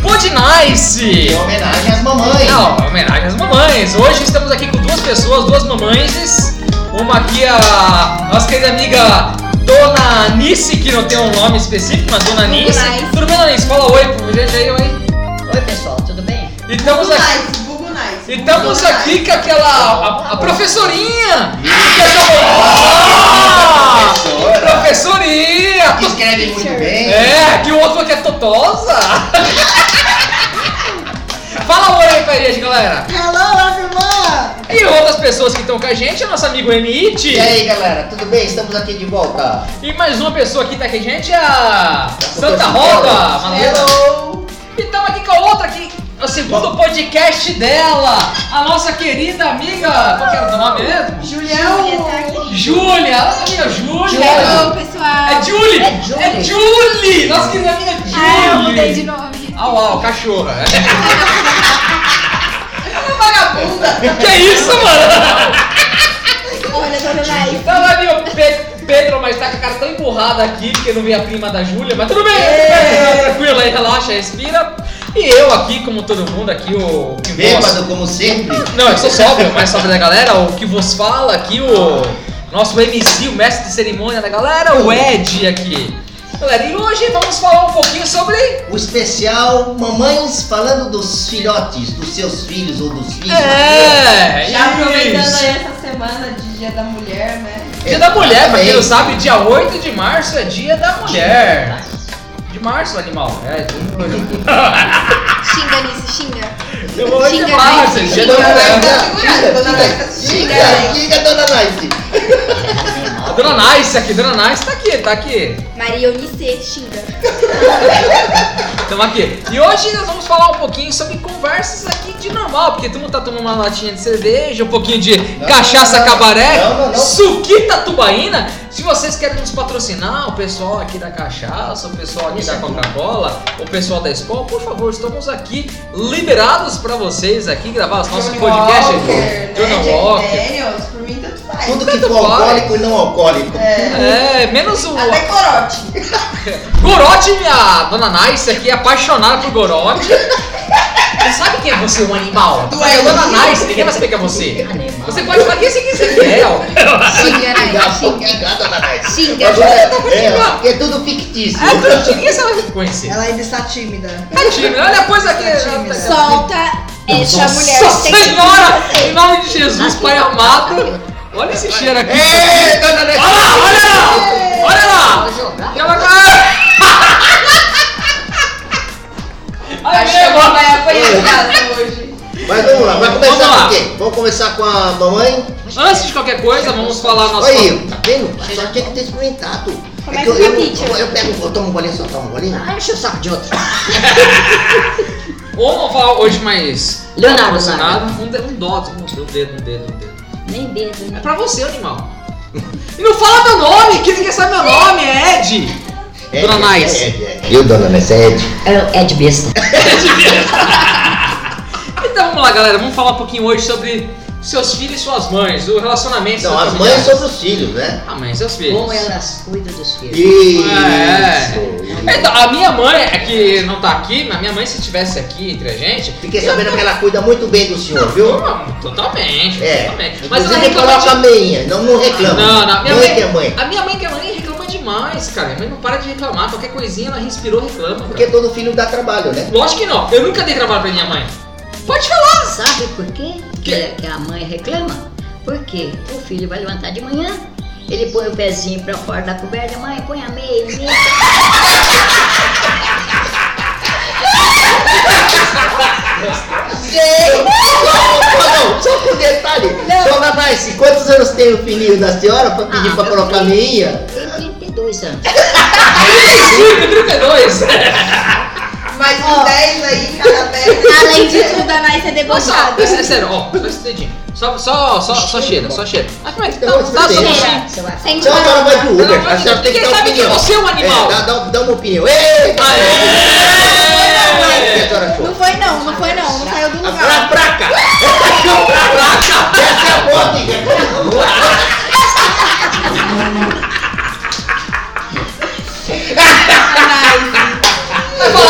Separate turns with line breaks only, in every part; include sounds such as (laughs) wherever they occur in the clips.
Cloud Nice!
Em homenagem às mamães.
Não, é homenagem às mamães. Hoje estamos aqui com duas pessoas, duas mamães. Uma aqui, é a nossa querida amiga Dona Anice, que não tem um nome específico, mas Dona Anice.
Nice.
Tudo bem, Dona Anice? Fala oi pro gente aí, oi.
Oi, pessoal, tudo bem?
E estamos aqui.
Nice, Google Nice.
E estamos
Google
aqui
Nice.
com aquela. a, a professorinha! Que é a
Professora.
Professorinha!
Que escreve muito bem.
Ah, É, que o outro aqui é totosa! (laughs) Fala oi aí pra gente, galera!
Hello, everyone!
E outras pessoas que estão com a gente, é nosso amigo Emit.
E aí, galera, tudo bem? Estamos aqui de volta.
E mais uma pessoa que tá com a gente, é a Santa Rosa, Madalena.
Hello!
E estamos aqui com a outra que é o segundo podcast dela, a nossa querida amiga, qual que era o teu nome mesmo?
Julião!
Júlia, a nossa amiga Júlia.
Júlia.
Hello, pessoal!
É Julie!
É Julie.
É Julie! Nossa querida amiga
Ah, eu
Julie!
mudei de nome.
Au, au, Ah, cachorra. é. (laughs) Vagabunda! Que é isso, mano?
Olha, dona Nair.
Tá lá, meu Pe- Pedro, mas tá com a cara tão emburrada aqui porque não veio a prima da Júlia, mas tudo bem, tá tranquilo aí, relaxa, respira. E eu aqui, como todo mundo aqui, o que
Bêbado, como sempre.
Não, eu sou sóbrio, mas sóbrio da galera, o que vos fala aqui, o nosso MC, o mestre de cerimônia da galera, o Ed aqui. Galera, e hoje vamos falar um pouquinho sobre
O especial Mamães falando dos filhotes, dos seus filhos ou dos filhos.
É,
Já aproveitando
isso.
aí essa semana de Dia da Mulher, né?
Dia da Mulher, pra quem não
Exatamente.
sabe, dia 8 de março é dia da mulher. De março, animal. É, de
Xinga nisso, xinga.
Eu vou
Xinga,
de março, é
vai.
dia da mulher.
Diga, diga, dona Nice.
A Dona Nice aqui, Dona Nice tá aqui, tá aqui.
Maria Eunice, xinga.
Tamo aqui. E hoje nós vamos falar um pouquinho sobre conversas aqui de normal, porque todo mundo tá tomando uma latinha de cerveja, um pouquinho de cachaça
não, não.
cabaré,
Não, não, não.
suquita tubaína. Se vocês querem nos patrocinar, o pessoal aqui da cachaça, o pessoal aqui da
é
Coca-Cola, o pessoal da escola, por favor, estamos aqui liberados pra vocês aqui gravar os nossos
Johnny
podcasts.
Walker, né?
Jonah
Jack
É.
Walker.
Daniels, por mim tanto faz.
Tudo que for alcoólico e não alcoólico.
É.
É, menos o
Até corote.
Gorote, minha dona Nice aqui é apaixonada por Gorote. Você sabe quem é você, um animal?
Tu
Mas
é
a dona
um-
Nice, ninguém vai saber quem é você. Você pode falar quem você quiser, é, ó.
Xinga,
Dá
Nair,
um
xinga.
pouquinho, dona Nice.
Xinga.
Agora,
Ela tá contigo, ó.
é, porque é tudo fictício.
É, tu não tinha ninguém sabe me
É
conhecer.
Ela ainda está tímida.
Tadinho, olha a coisa aqui.
Solta esta
Nossa
mulher que tem que
senhora, em nome de Jesus, pai amado. Olha esse cheiro aqui.
Ei, dona Nice.
Olha lá, olha lá, olha lá. tá- Tem uma Aí,
Acho que
meu,
ela vai
ó.
apanhar em casa hoje.
Mas vamos lá, vai começar
Vamos lá.
com quem? Vamos começar com a mamãe?
Antes de qualquer coisa, vamos falar nosso.
Oi, tá vendo? Só tinha que ter experimentado. É
Começa
eu,
com a
eu,
teacher.
eu, eu pego, eu tomo um bolinho, só tomo um bolinho. Ah, enche o saco de outro.
Ou vamos falar hoje mais.
Leonardo,
patrocinado. Um, de- um dó, um dedo, um dedo, um dedo.
Nem dedo,
É
né?
pra você, animal. E não fala meu nome, que ninguém sabe meu nome, é Ed. Dona
É,
Nice.
é, é, é. Eu, dona Nice, é Ed.
É, é de besta.
Então vamos lá, galera, vamos falar um pouquinho hoje sobre seus filhos e suas mães, o relacionamento.
Então,
entre
as mães
familiares.
sobre os filhos, né?
A mãe e seus filhos.
Como elas cuidam dos filhos.
Isso.
É. Então, a minha mãe é que não tá aqui, mas minha mãe se estivesse aqui entre a gente.
Fiquei sabendo que ela cuida muito bem do senhor, viu?
Não, totalmente,
É.
totalmente. Mas ela
Inclusive,
reclama
coloca
de
a meinha. Não, não reclama.
Não, não, minha
Mãe
mãe-
que é mãe.
A minha mãe que é mãe reclama demais, cara. Minha mãe não para de reclamar. Qualquer coisinha ela respirou, reclama.
Porque
Cara.
todo filho dá trabalho, né?
Lógico que não. Eu nunca dei trabalho pra minha mãe. Pode falar.
Sabe por quê
Quê?
que, que a mãe reclama? Porque o filho vai levantar de manhã, ele põe o pezinho pra fora da coberta, mãe, põe a meia, meia.
Não, não, só por detalhe. Dona Nice, quantos anos tem o filhinho da senhora pra pedir
Ah,
pra
meu
colocar a
filho.
meinha?
Tem 32 anos.
35,
(laughs)
32.
Mais uns 10 aí, cada 10.
Além de tudo, a Nair é
Nossa,
debochada.
é sério, ó. Só esse dedinho. Só, só, só, só cheira, só cheira. Mas como é que tá?
Então,
Dá só um
cheira.
cheiro.
Você vai falar.
Sente
Então agora vai
palavra.
pro Uber,
Não,
a senhora tem que
ninguém
dar uma
sabe que
opinião.
você é um animal.
É, dá, dá, dá uma opinião. Eita!
Aê!
Que a senhora achou?
Não foi não, não foi não, não saiu do
A pra-
lugar.
praca!
Tá,
Essa é a bota,
Mas fala a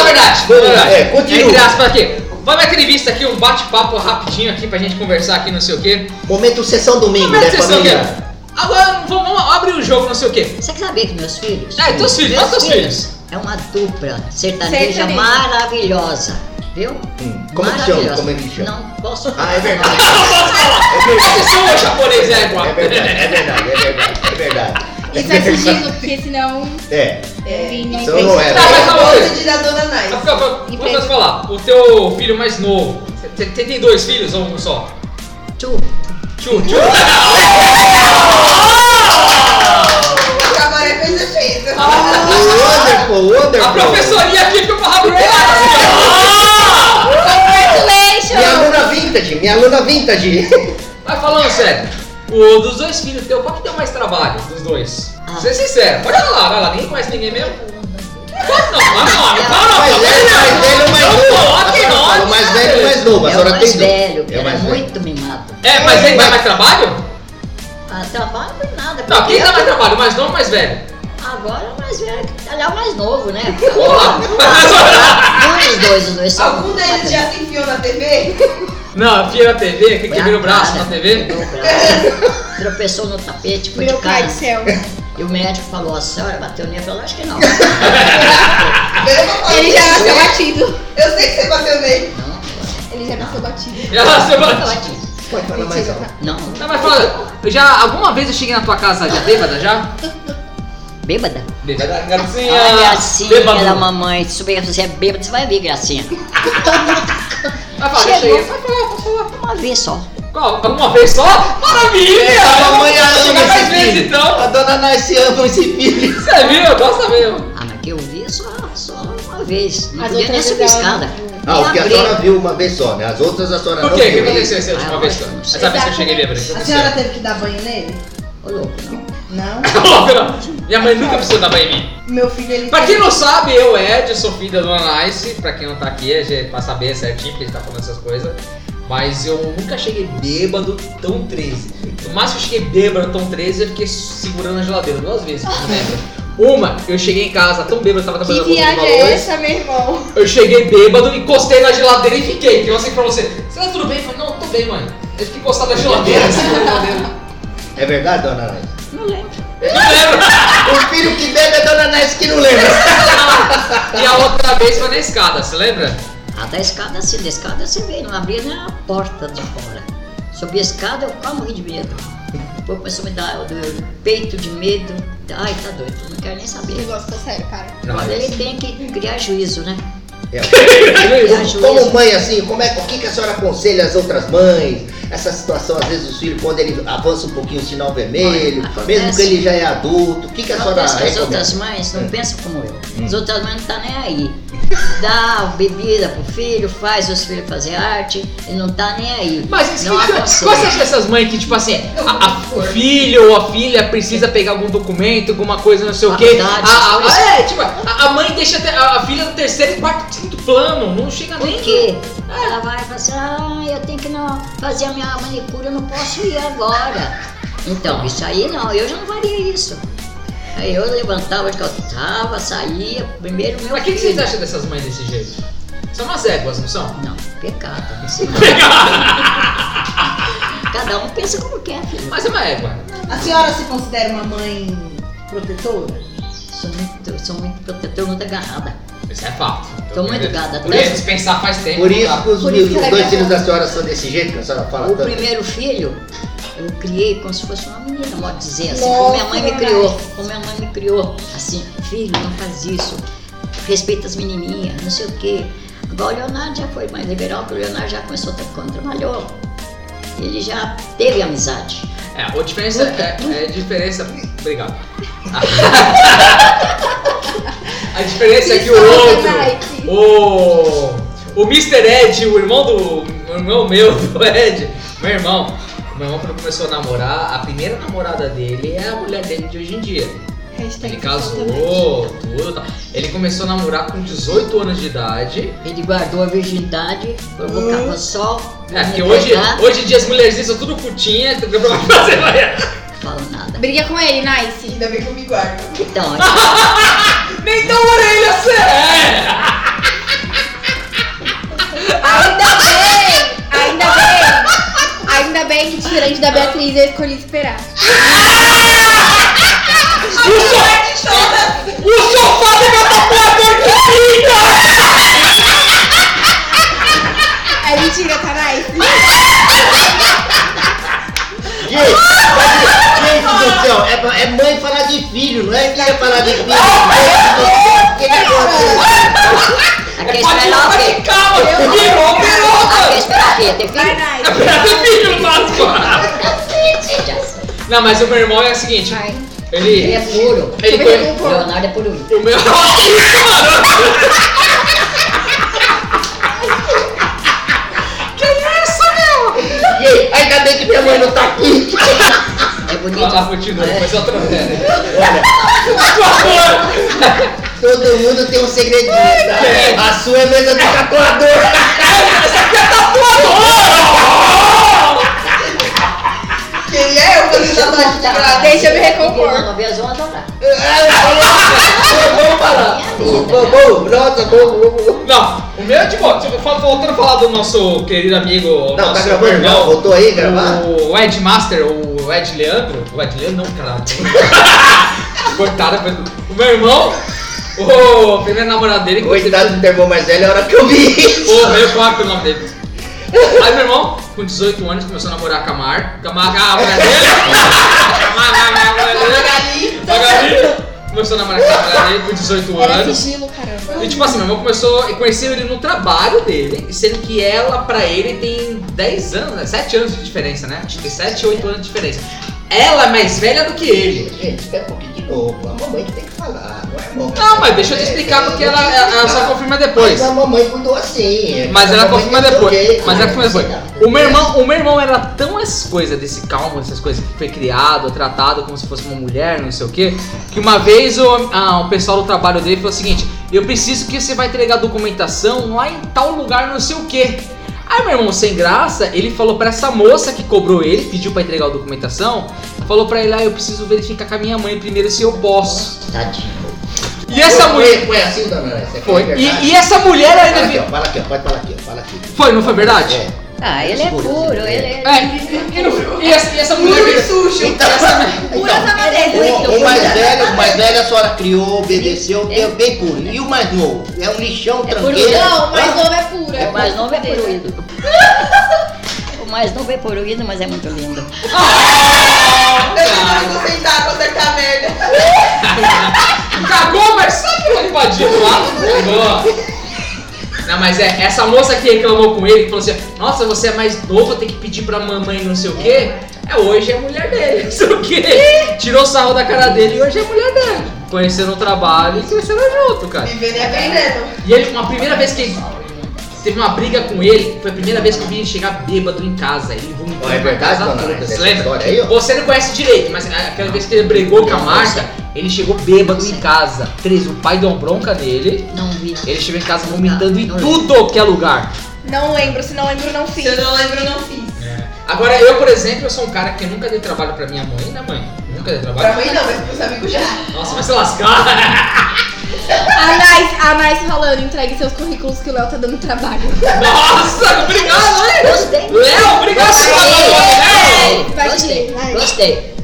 verdade.
Vamos lá,
Olha,
é, continua.
Entre aspas aqui. Vamos aquele visto aqui, um bate-papo rapidinho aqui pra gente conversar aqui, não sei o quê.
Momento sessão domingo,
Primeira
né,
sessão aqui.
família?
Agora vamos, vamos abrir o jogo, não sei o quê.
Você quer saber que meus filhos?
É,
Ah, e teus filhos? Qual
Meus
teus filhos?
É uma dupla sertaneja
Sertaneja.
maravilhosa, viu?
Hum, como é que chama? Como é que chama?
Não posso
Ah, é
falar.
verdade. É
Qual
verdade.
sessão o japonês é igual?
É verdade,
(laughs)
é verdade, é verdade, é verdade.
Isso é sigilo, porque senão.
É,
É.
então não era.
Tá, mas
É o
calma aí.
bolso de da dona
Ah,
Nais.
fica- fica-
E
Vou te falar, o teu filho mais novo. Você tem tem dois filhos ou um só?
Tu,
Tchu, tchu.
Agora é coisa feita.
(laughs)
Wonderful, wonderful.
A professoria aqui ficou pra
É.
rápido.
Minha
Congratulations!
aluna vintage, minha aluna vintage.
Mas falando sério, o dos dois filhos teu, qual que deu mais trabalho dos dois?
Ah.
Ser sincero, pode falar, vai lá, ninguém conhece ninguém mesmo? Claro não, claro não, claro não.
Mais velho, mais velho, mais
Não
novo. A
coloque
senhora fala
nós.
o mais velho, mais novo. A
é o
senhora
mais
tem dois.
velho, que
É o
era
mais velho.
muito mimado.
É, mas ele dá mais trabalho?
Ah, trabalho não nada.
Não,
porque
tá
quem dá mais trabalho, o mais novo ou o mais velho?
Agora o mais velho, que- aliás, o mais novo, né?
Porra!
(laughs)
Um dos dois, os dois são.
Algum deles já se enfiou na TV?
Não, fia na TV, quem quebrou o braço na TV?
né? Quebrou o braço. Tropeçou no tapete, foi
Meu
de
pai
cara.
do céu.
E o médico falou, a senhora bateu nele? Eu falei, acho que não.
Eu não posso
Ele já
dizer.
nasceu batido.
Eu sei que você bateu nele.
Não,
Ele já nasceu batido.
Ela se
nunca
bate.
bati.
Pode né? falar mais alto.
Não,
Não, mas fala, já alguma vez eu cheguei na tua casa já bêbada já?
bêbada.
Bêbada,
Olha
gracinha.
a
é assim,
gracinha
bêbado.
da mamãe. Se você é bêbado, você vai ver, gracinha.
Vai falar, deixa
Chegou.
eu ir. Vai falar, vai falar.
Uma vez só.
Qual? Alguma vez só? Maravilha!
É, a mamãe
Vamos
ama
chegar mais
esse
vezes
filho.
então.
A dona Nice ama esse filho.
Você viu? Gosta mesmo.
Ah, mas que eu vi só, só uma vez. Não
As
podia nem
outras
subir
vezes
escada.
ela-
Ah, o que a
Abri-
senhora viu uma vez só, né? As outras a senhora
Por
não
quê? O que
viu.
aconteceu essa última
Ah,
vez?
não sei.
Essa vez que eu cheguei bêbada.
tá. A senhora teve que dar banho nele?
Ô, louco, não.
Não.
Não, (laughs) Minha mãe nunca precisou dar banho em mim.
Meu filho, ele.
Pra quem não sabe, eu, Ed, sou filho da Dona Nice. Pra quem não tá aqui, é ge- pra saber certinho, porque a gente tá falando essas coisas. Mas eu nunca cheguei bêbado tão 13. No máximo que eu cheguei bêbado tão 13, eu fiquei segurando a geladeira duas vezes. porque eu lembro. Uma, eu cheguei em casa tão bêbado, eu tava
Que
trabalhando com
viagem é essa, meu irmão?
Eu cheguei bêbado, encostei na geladeira e fiquei. Que eu assim pra você, você tá tudo bem? Eu falei, não, tô bem, mãe. Eu fiquei encostado na geladeira, assim, na geladeira.
É verdade, dona Nice?
Não lembro.
Não
O filho que bebe é a dona Nice que não lembra.
lembro. E a outra vez foi na escada, você lembra?
A da escada, assim, da escada você vê, não abria nem a porta de fora. Subi a escada, eu quase morri de medo. Depois começou a me dar o peito de medo. Ai, tá doido, não quero nem
O
saber.
negócio tá sério, cara.
Agora ele tem que criar juízo, né?
É.
Criar juízo.
Como mãe, assim, como é, o que, que a senhora aconselha as outras mães? Essa situação, às vezes, os filhos, quando ele avança um pouquinho o sinal vermelho,
Olha,
mesmo que
acontece-
ele já é adulto, o que, que a senhora
Acontece que as outras
recomenda?
mães não
É.
pensam como eu.
Hum.
As outras mães não tá nem aí. Dá bebida pro filho, faz os filhos fazer arte e não tá nem aí.
Mas
não
(laughs)
explica, (laughs)
aconselha.
qual você acha dessas mães que, tipo assim, a- a- o filho ou a filha precisa pegar algum documento, alguma coisa, não sei o quê.
Faculdade,
A,
essas
a, é, tipo, a, a mãe deixa até- a, a filha no terceiro, quarto, quinto plano, não chega
Por
nem...
quê? Ela vai e fala assim, ah, eu tenho que não fazer a minha manicure, eu não posso ir agora. Então, isso aí não, eu já não faria isso. Aí eu levantava de calçava, saía, primeiro meu
Mas o que, que
filho.
vocês acham dessas mães desse jeito? São umas éguas, não são?
Não, pecado.
(laughs)
Cada um pensa como quer, filho.
Mas é uma égua.
A senhora se considera uma mãe protetora?
Sou muito, sou muito protetor, muito agarrada.
Isso é fato.
Tô muito né? gada,
Por isso,
tanto-
dispensar faz tempo.
Por isso que os,
Por isso que
os
ela é
dois filhos
casada.
da senhora são desse jeito, que a senhora fala
O
tanto.
primeiro filho eu criei como se fosse uma menina, pode dizer assim,
Nossa,
como minha mãe me
verdade.
criou, como minha mãe me criou, assim, filho, não faz isso, respeita as menininhas, não sei o quê. Agora o Leonardo já foi mais liberal, porque o Leonardo já começou, a- quando trabalhou, ele já teve amizade.
É, a diferença é, é a diferença.
(laughs)
Obrigado. A diferença é que o outro. O. O Mr. Ed, o irmão do. O irmão meu, do Ed, meu irmão. Meu irmão quando começou a namorar, a primeira namorada dele é a mulher dele de hoje em dia.
Hashtag
Ele casou, tudo. tal. Ele começou a namorar com 18 anos de idade.
Ele guardou a virgindade,
Uhum.
provocava sol,
É, porque
não
hoje,
pegar,
hoje em dia as mulherzinhas são tudo putinha, tem problema pra fazer, mas-
não falo nada.
Briga com ele, Nice.
Ainda bem que eu me guardo.
Ah,
Então,
Nem dá orelha, sério!
vídeo da Beatriz eu escolhi esperar.
O sofá do
É mentira, tá nice.
Gente, gente do céu, é, ma- é mãe falar de filho, não é filha falar de filho. Gente do céu, que negócio.
Aqui
meu
é
pode
esperar o
lá
quê?
de calma, virou peruca!
Aqui é esperar o quê? Ter
Vai,
filho?
É
nice.
pra ter filho, Páscoa!
Já sei.
Não, mas o meu irmão é o seguinte,
Vai.
Ele é
ele...
puro.
Ele foi...
Puro.
Leonardo é puro.
O meu...
Gente, ainda bem que minha mãe não tá aqui.
É bonito.
Fala, continua, tá depois eu troco.
Olha, todo mundo tem um segredinho,
gente.
tá? A sua é mesa do tatuador.
Quem é o
tá
candidato de graça?
Deixa eu me recompor.
Não, não, eles vão adorar.
É, Vamos
é
falar. Vamos, vamos, nossa, vamos, vamos, vamos.
Não, o meu é de boa. Tipo, fal- Voltando a falar do nosso querido amigo.
Não, tá
nosso
gravando?
irmão,
Não, voltou aí gravar?
O Ed Master, o Ed Leandro. O Ed Leandro não,
(laughs)
caralho. Coitado, foi- o meu irmão, o primeiro namorado dele. que
Coitado do meu irmão mais velho, é a hora que eu vi
teve-
isso.
O meu quarto o nome dele. Aí meu irmão, com 18 anos, começou a namorar com a Mar. Com a Mar, com a mulher (laughs) dele. Com a Mar, com a mulher dele. Com a Magali. Começou a namorar com a mulher dele com 18
Era
anos.
sigilo, caramba.
E tipo assim, meu irmão começou, eu conheci ele no trabalho dele, sendo que ela pra ele tem 10 anos, né? 7 anos de diferença, né? Acho que tem 7, 8 anos de diferença. Ela é mais velha do que ele.
Gente, espera um pouquinho de novo. A mamãe que tem que falar, não é irmão.
Não, mas deixa eu te explicar porque ela, ela só confirma depois.
Mas a mamãe mudou assim.
Mas ela
A mamãe
confirma
tem seu
depois.
jeito,
Mas ela
né?
confirma depois.
Você
O meu irmão, o meu irmão era tão essas coisas desse calmo, essas coisas que foi criado, tratado como se fosse uma mulher, não sei o quê, que uma vez o, ah, o pessoal do trabalho dele falou o seguinte: eu preciso que você vai entregar a documentação lá em tal lugar, não sei o quê. Aí meu irmão, sem graça, ele falou pra essa moça que cobrou ele, pediu pra entregar a documentação, falou pra ele, ah, eu preciso verificar com a minha mãe primeiro se eu posso.
tá- Tadinho.
E essa
Foi-
mulher.
Foi assim, dona Ana? Isso aqui
Foi.
é verdade.
E, e essa mulher
Fala
ainda.
aqui,
vi-
ó. Fala aqui, ó. Pode falar aqui, ó. Fala aqui.
Foi, não foi verdade?
É.
Ah, ele é puro, ele é.
É, e, no- e essa, e essa mulher.
Puro e sujo.
Então,
Pura essa
o,
madeira.
muito
Então, o mais
é puro.
velho, o mais velho a senhora criou, obedeceu, é bem puro. E o mais novo? É um lixão,
É
tranqueiro.
puro.
Não, o mais novo é puro.
O mais novo é poluído. (laughs) O mais novo é poluído, mas é muito lindo.
Deixa eu consertar, consertar a merda.
Cagou, mas sabe o limpadinho lá? Cagou. Não, mas é, essa moça que reclamou com ele, que falou assim, nossa, você é mais novo, tem que pedir pra mamãe não sei o quê. É, hoje é a mulher dele, (laughs) não sei o quê. Tirou sarro da cara dele e hoje é a mulher dele. Conheceram o trabalho e cresceram junto, cara.
Vivendo e aprendendo.
E ele, uma primeira vez que ele teve uma briga com ele, foi a primeira vez que eu vi ele chegar bêbado em casa. Ele vomitou
Ó, é
na
verdade,
casa
dona
toda,
Ana,
você
essa
lembra?
história aí, ó.
Você não conhece direito, mas aquela vez que ele brigou com a Marta, ele chegou bêbado em casa. Três, o pai deu uma bronca nele.
Não vi.
Ele chegou em casa vomitando em
Não.
tudo que é lugar.
Não lembro, se não lembro, não fiz.
Se eu não lembro, não fiz.
Agora, eu, por exemplo, eu sou um cara que nunca dei trabalho pra minha mãe, né, mãe? Nunca dei
Pra
trabalho.
mim não, mas pros amigos já.
Nossa, vai se lascar. (laughs)
A Nice, a Nice falando, entregue seus currículos que o Léo tá dando trabalho.
Nossa, obrigado, né?
Gostei.
Léo, obrigado,
é né?
Léo.
Vai,
Gostei,
vai.
gostei.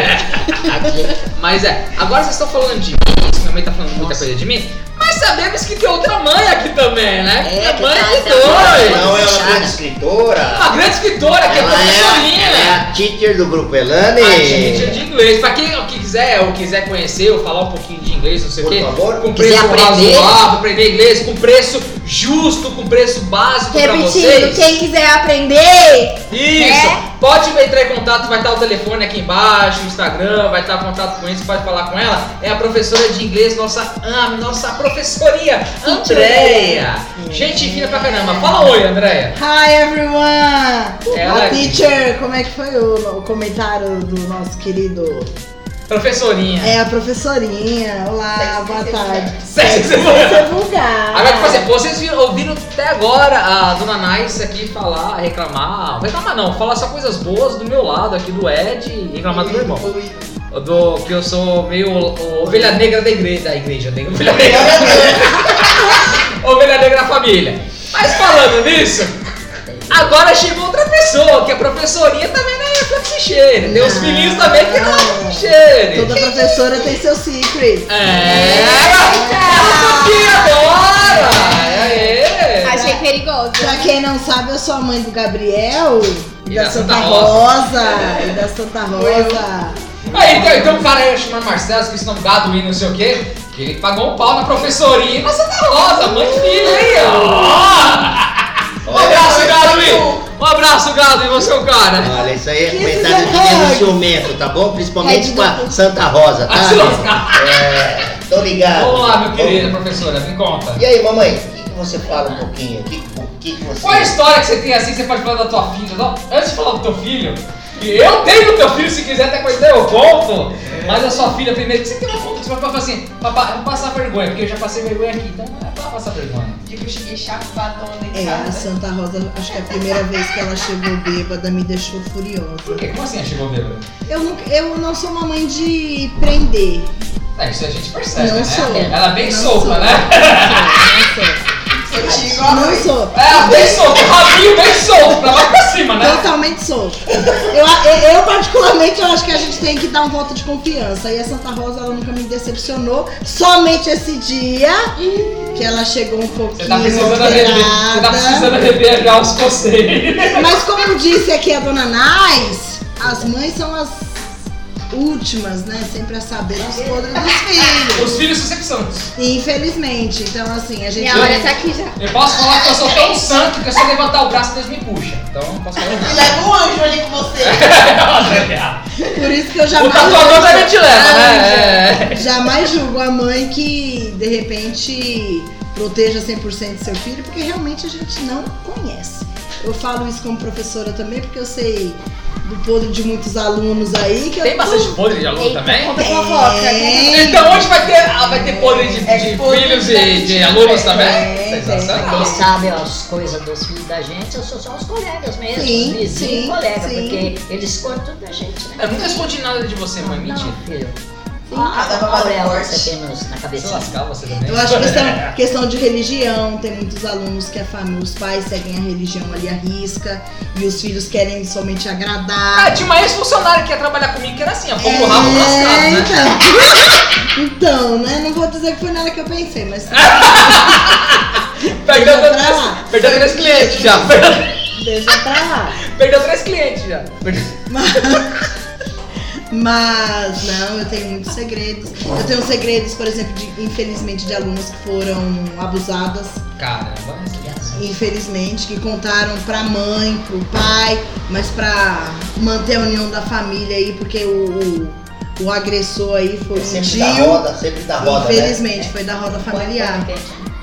(laughs) Mas é, agora vocês estão falando de mim, isso, minha mãe tá falando muita
Nossa.
coisa de mim, mas sabemos que tem outra mãe aqui também, né?
É,
É,
que
mãe
tá-
de
tá-
dois!
Não é uma
Fechada.
grande escritora.
Uma grande escritora que é
Ela é, a,
professorinha!
ela é a teacher do grupo
A teacher
Elane.
é de inglês. Pra quem que quiser ou quiser conhecer ou falar um pouquinho de inglês, não sei o
Por
quê,
favor.
com
Quiser
preço
aprender.
razoável, aprender inglês, com preço justo, com preço básico pra
Repetindo,
vocês.
quem quiser aprender,
Isso! Pode entrar em contato, vai estar o telefone aqui embaixo, o Instagram, vai estar o contato com eles, pode falar com ela. É a professora de inglês, nossa, ah, nossa professoria, Andréia! Gente fina pra caramba, fala oi, Andréia!
Hi everyone!
Ela-
A teacher, como é que foi o, o comentário do nosso querido?
Professorinha!
É a professorinha. Olá, boa tarde.
Sexo e
Sexo
vulgar. (laughs)
e vulgar.
Agora, tipo assim, vocês viram- ouviram até agora a dona Nice aqui falar, reclamar, reclamar não, falar só coisas boas do meu lado aqui, do Ed, e reclamar do meu irmão. Do que eu sou meio o- ovelha negra da igreja, da igreja, da ovelha negra da (laughs) Ovelha Negra da Família. Mas falando nisso, agora chegou outra pessoa, que a professorinha também não é da psicheira. Tem os
Ah.
filhinhos também que não é da psicheira.
Toda professora tem seu secret.
É, ela aqui um agora! É, é.
Achei perigoso.
Pra quem não sabe, eu sou a mãe do Gabriel, e da, Santa,
Rosa.
Rosa, É. e da Santa Rosa.
Aí, então, então para aí chamar Marcelo, que isso não gado e não sei o quê. Que ele pagou um pau na professorinha. Nossa, tá rosa, mãe de filho aí, ó. Um abraço, gado e- Um abraço, gado e você é o cara.
Olha, isso aí é
Que
comentário de
isso,
menino
gente?
ciumento, tá bom? Principalmente
É,
com a Santa Rosa,
Ah, se
tá?
lascar.
É, tô ligado.
Vamos lá, meu querido, professora, me conta.
E aí, mamãe, o que, que você fala um pouquinho? O que, o que, que você.
Qual é a história que você tem assim que você pode falar da tua filha? Não, antes de falar do teu filho, que eu tenho o teu filho, se quiser, até coisa eu conto. Mas a sua filha primeiro, que você tem uma conta, você vai falar assim, papai, eu vou passar vergonha, porque eu já passei vergonha aqui, então não é pra passar vergonha.
Digo, eu cheguei chapadona em
É, a
casa.
Santa Rosa, acho que é a primeira vez que ela chegou bêbada me deixou furiosa.
Por quê? Como assim chegou bêbado?
Eu não, eu não sou uma mãe de prender.
É, isso a gente percebe,
Não
né?
sou.
Ela é bem
Não
solta,
sou.
né? (laughs)
Ah!
Não
Eu digo,
sou. Não
ó,
sou.
É, Ela bem solta, o rabinho bem solto, pra baixo pra cima, né?
Totalmente sou. Eu, eu, eu, particularmente, eu acho que a gente tem que dar um voto de confiança. E a Santa Rosa, ela nunca me decepcionou. Somente esse dia que ela chegou um pouquinho
Você tá precisando beber, você tá
alterada.
precisando beber já os conselhos.
Mas como disse aqui a dona Nais, as mães são as últimas, né? Sempre a saber os podres dos filhos.
Os filhos são sempre santos.
Infelizmente. Então, assim, a gente...
Minha hora tá aqui já.
Eu posso falar que eu sou tão santo que eu só levantar o braço Deus me puxa. Então eu não posso falar
me leva um anjo ali com você.
nada.
Por isso que eu
o
jamais...
tatuador também te leva,
Ah,
né?
Jamais julgo a mãe que, de repente, proteja 100% seu filho, porque realmente a gente não conhece. Eu falo isso como professora também, porque eu sei do podre de muitos alunos aí. Que
É. (laughs) Tem
eu
bastante podre de aluno
Eita,
também?
Conta fofoca.
Tem.
Então hoje vai ter, ah, vai ter podre de,
É,
de
podre
filhos
de-
e de alunos também? tá
É,
Sensacional.
Quem sabe as coisas dos filhos da gente, eu sou só os colegas mesmo,
Sim,
os vizinhos
sim,
colegas,
sim.
porque eles escolhem tudo da gente, né?
Eu nunca escondi nada de você, mãe. Mentira.
Não, filho.
Ah,
Ah,
dá pra
a
fazer
auréola
corte.
que você tem nos- na
Se
cabecinha.
lascar você também.
Eu acho que questão, questão de religião, tem muitos alunos que a família, os pais seguem a religião ali à risca e os filhos querem somente
Ah,
agradar.
tinha uma ex-funcionária que ia trabalhar comigo que era assim, ó, pouco o rabo
É,
lascado, né?
então. então, (laughs) né? Não vou dizer que foi nada que eu pensei, mas
Perdeu,
Pra
três-
lá.
perdeu três clientes já. (laughs) Perdeu,
deixa pra lá.
perdeu três clientes já.
Mas não, eu tenho muitos segredos. Eu tenho segredos, por exemplo, de, infelizmente, de alunos que foram abusadas.
Caramba,
infelizmente, que contaram pra mãe, pro pai, mas pra manter a união da família aí, porque o, o, o agressor aí foi um
Sempre
tio.
da roda, sempre da roda. Né?
infelizmente, foi da roda familiar.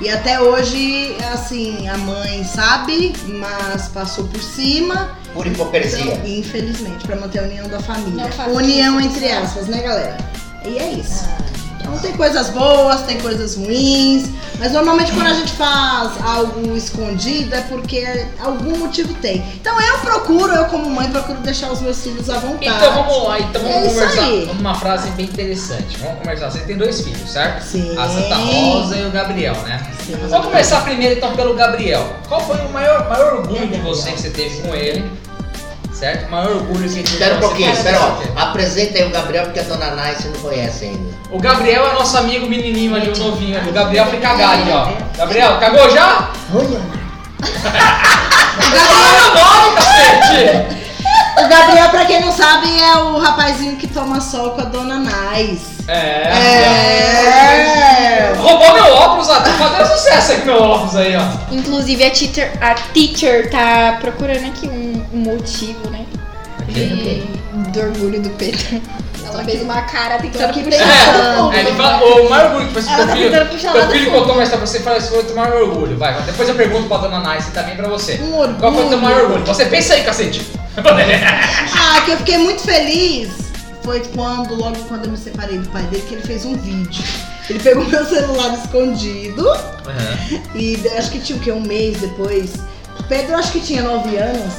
E até hoje, assim, a mãe sabe, mas passou por cima.
Por
Então,
hipocrisia.
infelizmente, pra manter a união da família.
Não faz
união
isso.
entre aspas, né, galera? E é isso.
Ah.
Então tem coisas boas, tem coisas ruins, mas normalmente quando a gente faz algo escondido é porque algum motivo tem. Então eu procuro, eu como mãe, procuro deixar os meus filhos à vontade.
Então vamos lá, então vamos
Tá É isso
conversar.
aí.
Uma frase bem interessante. Vamos conversar. Você tem dois filhos, certo?
Sim.
A Santa Rosa e o Gabriel, né?
Sim.
Vamos começar primeiro então pelo Gabriel. Qual foi o maior, maior orgulho de você que você teve com ele? Certo? O maior orgulho que você teve
Espera um
com você.
pouquinho, espera, ó. Apresenta aí o Gabriel, porque a dona Nai você não conhece ainda.
O Gabriel é nosso amigo menininho ali, o novinho ali. O Gabriel foi cagar ali, ó. Gabriel, cagou já? Fala logo, cacete!
O Gabriel, pra quem não sabe, é o rapazinho que toma sol com a dona Nais.
É. Roubou meu óculos, ó. Tá fazendo sucesso aí com meu óculos aí, ó.
Inclusive, a teacher, a teacher tá procurando aqui um, um motivo, né? De, do orgulho do Pedro. Ela fez uma cara
Tô
tentando
aqui
puxar.
É,
pensando.
é, ele fala, o maior orgulho que você
Ela tá assim.
filho,
tentando puxar lá
teu
do
filho
fundo.
contou uma história pra você e fala, esse foi o teu maior orgulho, vai. Depois eu pergunto pra dona Nice também pra você.
Um
Qual foi o teu
orgulho.
maior orgulho? Você pensa aí, cacete.
Ah, que eu fiquei muito feliz foi quando, logo quando eu me separei do pai dele, que ele fez um vídeo. Ele pegou meu celular escondido e de- acho que tinha o quê? Um mês depois. O Pedro acho que tinha nove anos,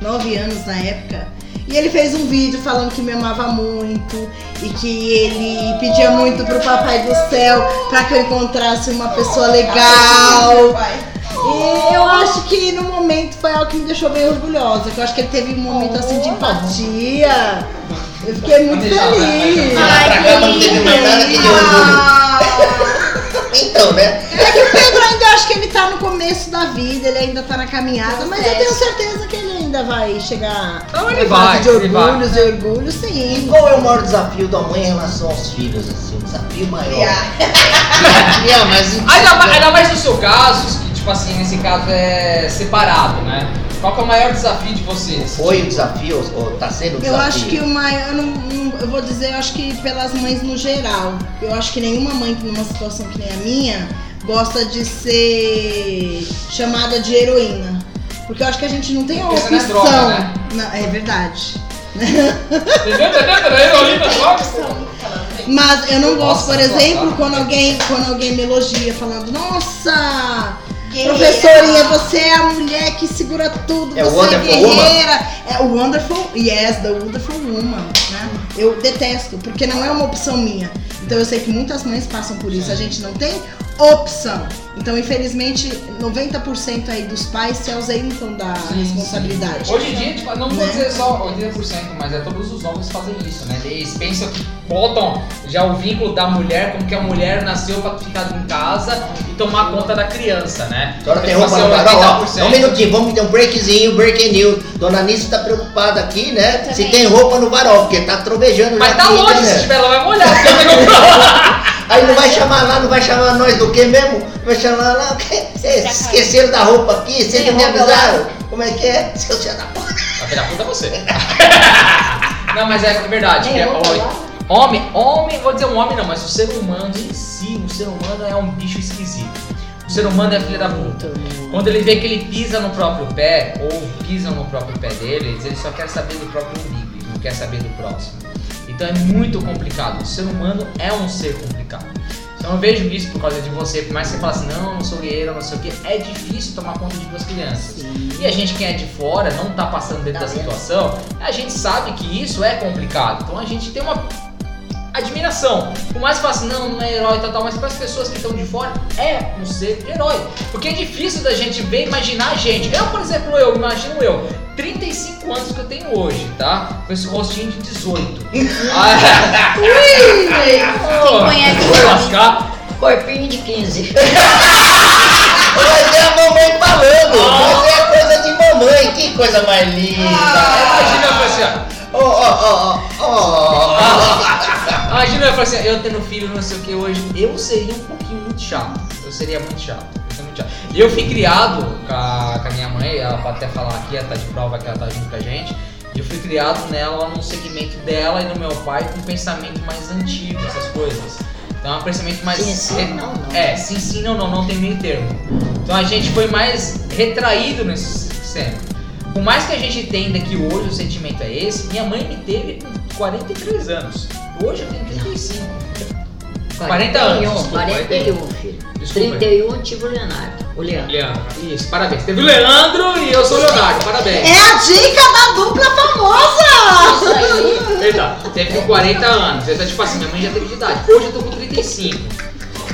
nove anos na época. E ele fez um vídeo falando que me amava muito e que ele pedia muito pro papai do céu pra que eu encontrasse uma pessoa legal.
Meu pai.
E eu acho acho que no momento foi algo que me deixou bem orgulhosa. Que eu acho que ele teve um momento assim de empatia. Eu fiquei muito
Vamos deixar pra cá,
feliz.
então.
Pra
Ah!
Ai,
cá
que
não teve
lindo.
mais nada que deu orgulho. Então, né?
É que o Pedro ainda eu acho que ele tá no começo da vida, ele ainda tá na caminhada, mas eu tenho certeza que ele ainda vai chegar.
Não, Então ele
na fase
vai,
De
ele vai.
orgulhos, de orgulhos,
E
sim.
qual é o maior desafio da mãe em relação aos filhos, assim? O desafio maior. (laughs) Não, mas...
Ainda, ma- ainda mais no seu caso, que tipo assim, nesse caso é separado, né? Qual que é o maior desafio de vocês?
Foi o desafio, ou tá sendo o
Eu
desafio?
acho que uma. Eu, não, não- eu vou dizer, eu acho que pelas mães no geral. Eu acho que nenhuma mãe numa situação que nem a minha gosta de ser chamada de heroína. Porque eu acho que a gente não tem a
Porque
opção.
isso não é droga, né?
Não, é verdade.
Entendeu? Entendeu? Entendeu? Heroína, droga?
Mas eu não gosto,
Nossa,
por exemplo,
nossa.
quando alguém, quando alguém me elogia falando, nossa,
Guerreira.
professorinha, você é a mulher que segura tudo,
É
você
Wonderful
é guerreira. É o Wonderful, yes, the Wonderful Woman, né? Eu detesto, porque não é uma opção minha. Então eu sei que muitas mães passam por isso, a gente não tem opção. Então, infelizmente, 90% aí dos pais se ausentam da
Sim,
responsabilidade.
Hoje em dia, tipo, não vou
Né?
dizer só 80%, mas é todos os homens fazem isso, né? Eles pensam que botam já o vínculo da mulher, como que a mulher nasceu pra ficar em casa e tomar conta da criança, né?
Agora tem
Então,
roupa
tipo
no
assim,
varal, ó.
80%.
Um minutinho, vamos ter um breakzinho, break news. Dona Nice tá preocupada aqui, né? Se tem roupa no varal, porque tá trovejando já
Mas tá
aqui,
longe,
né?
se tiver, ela vai molhar. porque ela pegou pra lá.
Aí não vai chamar lá, não vai chamar nós do que mesmo? Vai chamar lá, o quê? Vocês esqueceram da roupa aqui, vocês não me avisaram? Como é que é? Seu filho da puta.
Vai virar puta você. (laughs) Não, mas é verdade.
Nem
que é-
eu vou
ó,
lá.
Homem, homem, vou dizer um homem não, mas o ser humano em si, o ser humano é um bicho esquisito. O ser humano é filho da puta. Quando ele vê que ele pisa no próprio pé, ou pisam no próprio pé dele, ele só quer saber do próprio umbigo, ele não quer saber do próximo. Então é muito complicado. O ser humano é um ser complicado. Então eu vejo isso por causa de você, por mais que você fale assim, não, não sou guerreiro, não sei o que, é difícil tomar conta de duas crianças. E a gente que é de fora, não tá passando dentro
Tá
da
vendo?
situação, a gente sabe que isso é complicado. Então a gente tem uma admiração. Por mais que fala assim, não, não é herói e tal, tal, mas para as pessoas que estão de fora, é um ser herói. Porque é difícil da gente ver e imaginar a gente. Eu, por exemplo, eu, imagino eu, 35 anos que eu tenho hoje, tá? Com esse rostinho de
(laughs)
18. Ah,
Quem conhece
vou
sabe.
lascar.
Corpinho de 15.
Mas é a mamãe falando,
Ah.
mas é coisa de mamãe, que coisa mais linda.
Imagina eu falar assim, ó.
Ó, ó, ó, ó,
Ah.
ó.
(laughs) Imagina eu falar assim, eu tendo filho, não sei o que hoje, eu seria um pouquinho muito chato. Eu seria muito chato. Eu seria muito chato. E eu fui criado com a, com a minha mãe, ela pode até falar aqui, ela tá de prova que ela tá junto com a gente. E eu fui criado nela, num segmento dela e no meu pai com um pensamento mais antigo, essas coisas. Então é um pensamento mais.
Sim, sim, não, não.
É, sim, sim, não, não, não tem meio termo. Então a gente foi mais retraído nesse cena. Por mais que a gente entenda que hoje o sentimento é esse, minha mãe me teve com 43 anos. Hoje eu tenho 35.
É,
40 anos, desculpa,
41, filho.
Desculpa aí.
31, tive o tipo Leonardo. O Leandro.
Leandro. Isso, parabéns. Teve um o Leandro e eu sou o Leonardo, parabéns.
É a dica da dupla famosa!
Isso aí.
Verdade. Teve com 40 anos. Então, tipo assim, minha mãe já teve de idade. Hoje eu tô com 35.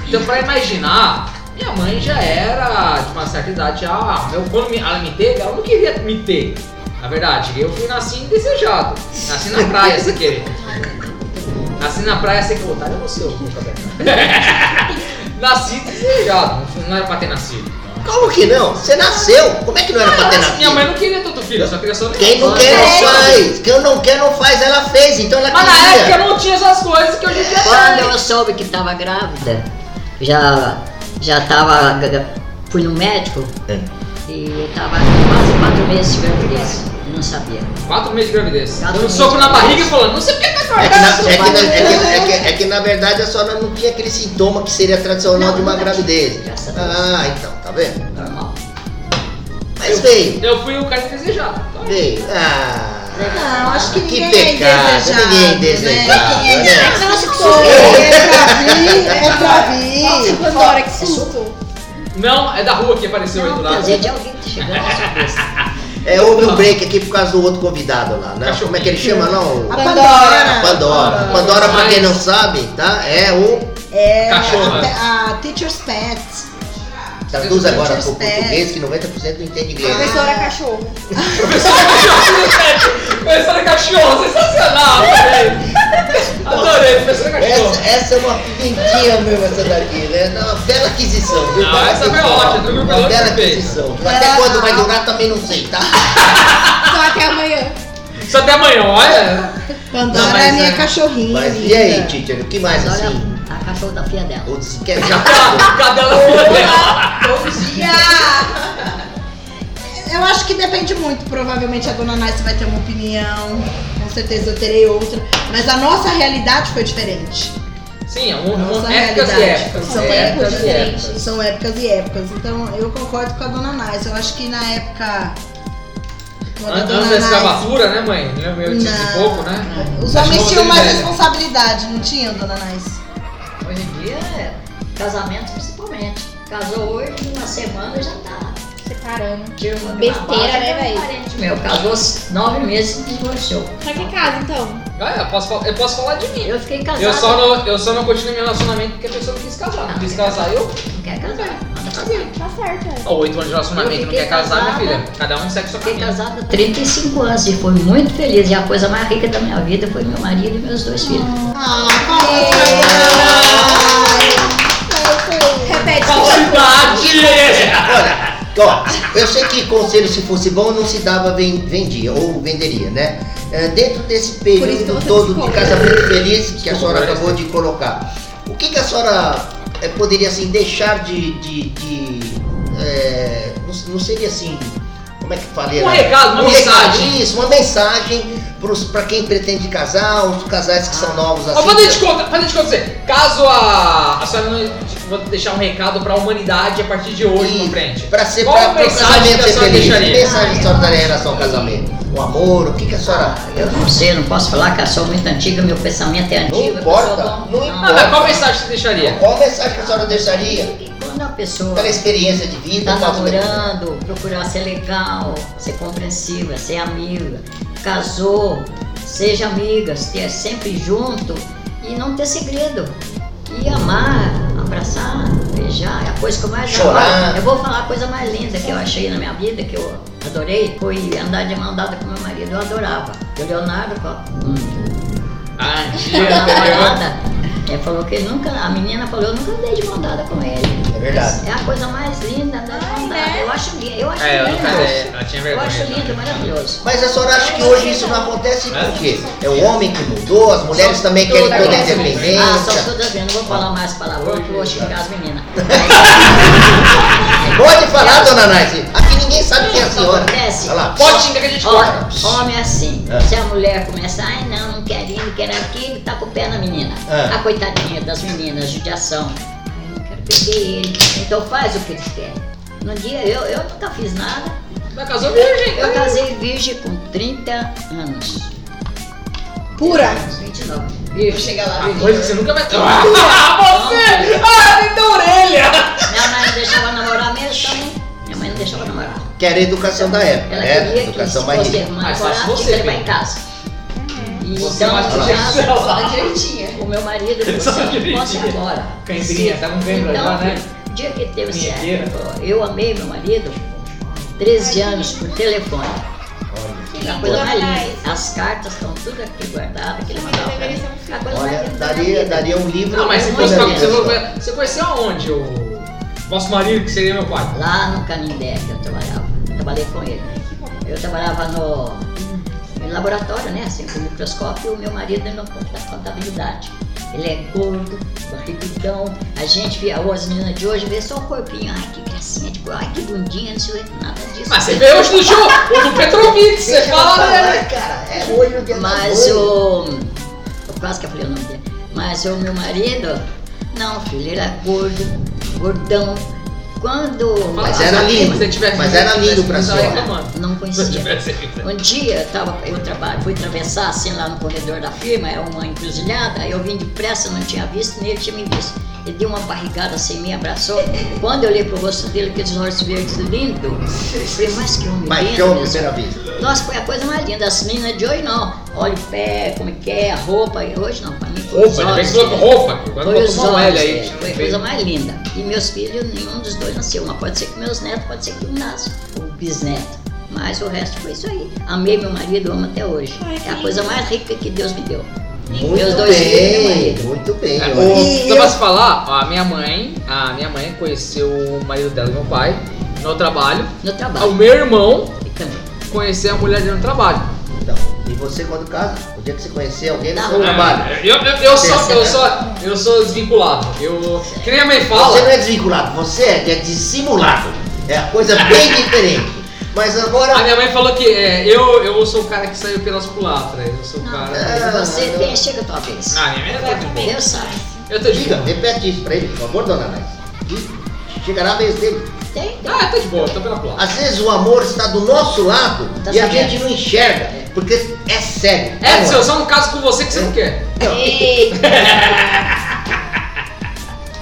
Então, pra imaginar, minha mãe já era de uma certa idade. Já, ah, meu, quando me- ela me teve, ela não queria me ter. Na verdade, eu fui nasci indesejado. Nasci na praia sem querer. Nasci na praia sem que otário é você, ô boca aberta. (laughs) Nasci desejado. Não- Não era pra ter nascido.
Como que não? Você nasceu, como é que não era pra ter
Ah, Minha
nascido?
mãe não Ah. queria tanto filho, só queria só É.
Quem não quer não
é
faz, quem não quer não faz, ela fez, então ela
Mas na
queria.
época eu Ah, não tinha essas coisas que hoje em dia
Quando
tem.
eu soube que estava grávida, já, já tava. Fui no médico
É.
e tava quase quatro meses de gravidez. Eu Não sabia.
Quatro meses de gravidez.
Tá
Quatro
Dando um
meses
soco na
de
barriga e
gravidez.
falando, não sei porque tá
É que, na,
acordando.
é, que na, é, que, é, que, é que na verdade a senhora não tinha aquele sintoma que seria tradicional
Não,
de uma
nunca
gravidez.
tive, graças a Deus.
Ah, então, tá vendo?
Normal.
Mas veio,
Eu fui o cara que desejava.
veio. Ah,
Não, acho que
que
ninguém
pecado,
é indesejado,
ninguém
Né?
desejado.
Ninguém é
né?
Sou eu, é pra vir, é pra vir.
Nossa, Pandora, que susto.
Não, é da rua que apareceu aí do
Não,
lado.
é
(laughs)
prazer de alguém que tá chegando na sua (laughs) cabeça.
É, houve um break aqui por causa do outro convidado lá, né?
Ah. Cachorro. Ah,
Como é que ele chama, não?
A
O-
Pandora.
Pandora. Pandora, pra quem não sabe, tá? É o...
É
Cachorra.
a, a Teacher's Pet.
Traduz
Traduz
agora pro
Shakespeare.
português que 90% não entende inglês.
Professora cachorro.
Professora cachorro, gente! Professora cachorro, sensacional! Adorei! Adorei, professora cachorro!
Essa, essa é uma pimentinha mesmo, essa daqui, né? É Uma bela aquisição, viu?
Ah,
Fala
essa foi
pessoal,
ótima, do grupo
Uma bela
perfeito.
aquisição. Até
Ah.
quando vai durar também não sei, tá?
Só até amanhã.
Isso até amanhã, olha!
Pandora
Não, mas,
é minha
é,
cachorrinha.
Mas e
linda.
aí, Teacher, o que mais
Mas olha
assim?
a cachorro da filha dela.
Os
(laughs)
(laughs) que é
Cadê cadela boa dela?
Bom dia!
Eu acho que depende muito. Provavelmente a dona Nice vai ter uma opinião. Com certeza eu terei outra. Mas a nossa realidade foi diferente.
Sim, é um,
Nossa
um épocas e
realidade.
épocas.
São
épocas e
tempos diferentes.
épocas.
São épocas e épocas. Então eu concordo com a dona Nice. Eu acho que na época. quando a
An-
dona
Antes da
Nice-
escravatura, né, mãe? Lembra eu tinha de
Não.
pouco, né?
Os
Acho que
homens
você
tinham mais
velho.
responsabilidade, não tinham, dona Nice?
Hoje em dia, é casamento principalmente. Casou hoje, uma semana já tá.
Separando.
Tira uma
Besteira,
babada,
né,
é um
velho?
parente Meu, casou nove meses e se divorciou.
Pra que casa, então?
Ah, eu posso, fal- eu posso falar de mim.
Eu fiquei casada.
Eu só, não, eu só não continuei meu relacionamento porque a pessoa não quis casar. Não quis
é
casar, eu.
Não quer casar. Manda fazer.
Tá certo. é.
Ó, Oito anos de relacionamento,
Eu
não quer
fiquei
casar, minha
casada.
filha. Cada um segue sua
Fiquei
caminho.
casada há 35 anos e fui muito feliz. E a coisa mais rica da minha vida foi meu marido e meus dois filhos.
Ah,
Repete.
Falsidade!
Olha, ó, eu sei que conselho, se fosse bom, não se dava, ven- vendia ou venderia, né? É, dentro desse
isso que
período
você
todo de
descobre.
casamento feliz que a
Desculpa,
senhora
Vanessa.
acabou de colocar, o que, que a senhora é, poderia assim deixar de. de, de, é, não, não seria assim. Como é que falei?
Um
né?
recado, uma mensagem.
recado, Isso, uma mensagem para quem pretende casar, os casais que são novos assim.
Ah. Ó, fazer de conta, fazer de conta pra você. Caso a, a senhora não. Vou deixar um recado pra humanidade a partir de hoje pra frente.
Pra ser
Qual
pra, pro
mensagem
casamento
que a
ser
senhora
feliz.
deixaria?
Que mensagem que a senhora daria em relação ao casamento? O amor, o que, que a senhora.
Eu não sei, não posso falar que eu sou muito antiga, meu pensamento é
Não
antigo. eu
importa,
sou bom.
não
Ah,
importa.
mas qual mensagem você deixaria?
Qual mensagem que a senhora deixaria?
Porque Quando a pessoa
Pela experiência de vida,
está
qual que-
tá namorando, procurar ser legal, ser compreensiva, ser amiga, casou, seja amiga, esteja sempre junto e não ter segredo. E amar, abraçar, beijar, é a coisa que eu mais
Chorar.
adoro. Eu vou falar a coisa mais linda que eu achei na minha vida, que eu adorei, foi andar de mão dada com meu marido, eu adorava. E o Leonardo, ó, hum,
Ah,
nada. Ele falou que ele nunca, a menina falou, eu nunca andei de mão dada com ele.
É verdade.
É a coisa mais linda da
Ai,
bondade.
né?
Eu acho lindo. Eu acho
É, eu
lindo.
nunca dei, ela tinha
eu
vergonha. né?
acho lindo, maravilhoso.
Mas a senhora acha que hoje isso não acontece
É.
por quê? É o homem que mudou, as mulheres também querem
Toda
toda a
vez.
independência.
Ah, só toda vez. Não vou falar mais palavrão que eu vou xingar as meninas.
(laughs) Pode falar, dona Nice. Aqui ninguém sabe quem é a
Isso
senhora.
acontece.
Olha lá.
Pode xingar que a gente corta.
Olha, homem é assim.
É.
Se a mulher começar, ai não, não quer ir, não quer aquilo, tá com o pé na menina.
É.
A coitadinha das meninas, judiação. Ai, não quero perder ele. Então faz o que eles querem. No dia eu, eu nunca fiz nada.
Mas casou virgem, né?
Eu casei virgem com 30 anos.
Tá.
Pura.
29. Virgem.
chegar lá.
Uma coisa que você nunca (laughs) vai. Ah, você! Ah, nem da orelha!
Minha mãe não deixava namorar mesmo também. Minha mãe não deixava namorar.
Que era a educação da época,
Ela
né?
queria que se
educação mais
fosse
rica.
irmã
Mas só se
namorar, tinha
você,
que levar em
filho.
casa. E
Você
é um
então,
mais
em casa,
direitinho.
ela direitinha. O meu marido
Ele
disse,
só
assim,
direitinho.
posso ir agora.
Cãibrinha, tá com cãibra
Então,
já, né?
O dia que teve
Vinheteira.
certo, eu amei meu marido, 13 anos, por telefone.
Que
A
lindo,
coisa
dona
mais
Laís.
linda. As cartas estão tudo aqui guardadas, que ele mandava pra
Deveria
mim.
ser um filho. tá
A coisa mais
Olha,
linda da
daria,
vida.
daria um livro.
Não, mas se
com
fosse pra
toda a
você,
educação.
você conheceu aonde o nosso marido que seria meu pai?
Lá no Canindé que eu trabalhava, eu trabalhei com ele. Eu trabalhava no, no laboratório, né? Assim, com microscópio, e o meu marido no da contabilidade. Ele é gordo, barrigudão. A gente vê hoje, as meninas de hoje, vê só o corpinho. Ai, que gracinha, tipo, ai, que bundinha, não sei o que, nada disso.
Mas você vê hoje
(laughs)
no show, ou no Petrovic, você
é Deixa ela
fala,
falar,
né?
cara. É olho de
Mas
amor.
o. Eu quase que eu falei o nome dele. Mas o meu marido, não, filho, ele era gordo, gordão. Quando.
Mas era lindo.
assim, Se você tivesse
Mas era lindo pra
se você
senhora.
reclamando.
Não
Se você
conhecia.
tivesse reclamando.
Um dia eu, tava, eu traba- fui atravessar assim lá no corredor da firma, é uma encruzilhada, aí eu vim depressa, não tinha visto, nem ele tinha me visto. Ele deu uma barrigada assim, me abraçou. Quando eu olhei pro rosto dele, aqueles olhos verdes lindos, eu falei, mas que homem lindo.
um
Paixão à
meu Deus."
primeira vista.
Nossa, foi a coisa mais linda. As meninas de hoje não. Olha o pé, como é que é, a roupa. E Hoje não, pra mim foi os
Roupa, ainda bem que
olhos.
você colocou roupa. que Quando
Foi
botou
os
uma
olhos,
L aí.
é,
tinha um
foi a
efeito.
coisa mais linda. E meus filhos, nenhum dos dois nasceu. Uma pode ser que meus netos, pode ser que um nasça, o bisneto. Mas o resto foi isso aí. Amei meu marido, amo até hoje.
Ai, que
é a
lindo.
coisa mais rica que Deus me deu. Meus
Muito
dois filhos né? e meu
bem,
marido.
muito bem.
É,
olha.
o- Só pra se falar, a minha mãe, a minha mãe conheceu o marido dela e meu pai no trabalho.
No
O
trabalho
meu irmão
também.
conheceu a mulher dele no trabalho.
Então, e você quando casa? O dia que você conhecer alguém no
Não.
seu trabalho.
É,
é
Eu, eu, eu sou, eu sou, eu sou desvinculado. Eu, que nem a mãe
Você não
fala.
é desvinculado, você é dissimulado. É uma coisa (laughs) bem diferente. Mas
A
agora.
minha mãe falou que é, eu, eu sou o cara que saiu pelas culatra. Eu sou o
Não,
cara.
Ah,
você
não.
tem, chega a tua vez.
Ah, minha mãe tá de boa.
Deus sabe.
Eu tô de
Diga,
boa.
repete isso pra ele, por favor, dona Nath. Chegará a vez dele.
Tem, tem.
Ah, tá de boa, eu tô pela culatra.
Às vezes o amor está do nosso lado
Tá
e a
sabendo.
gente não enxerga, porque é sério.
É,
Amor.
seu, só um caso com você que você não quer.
Eita,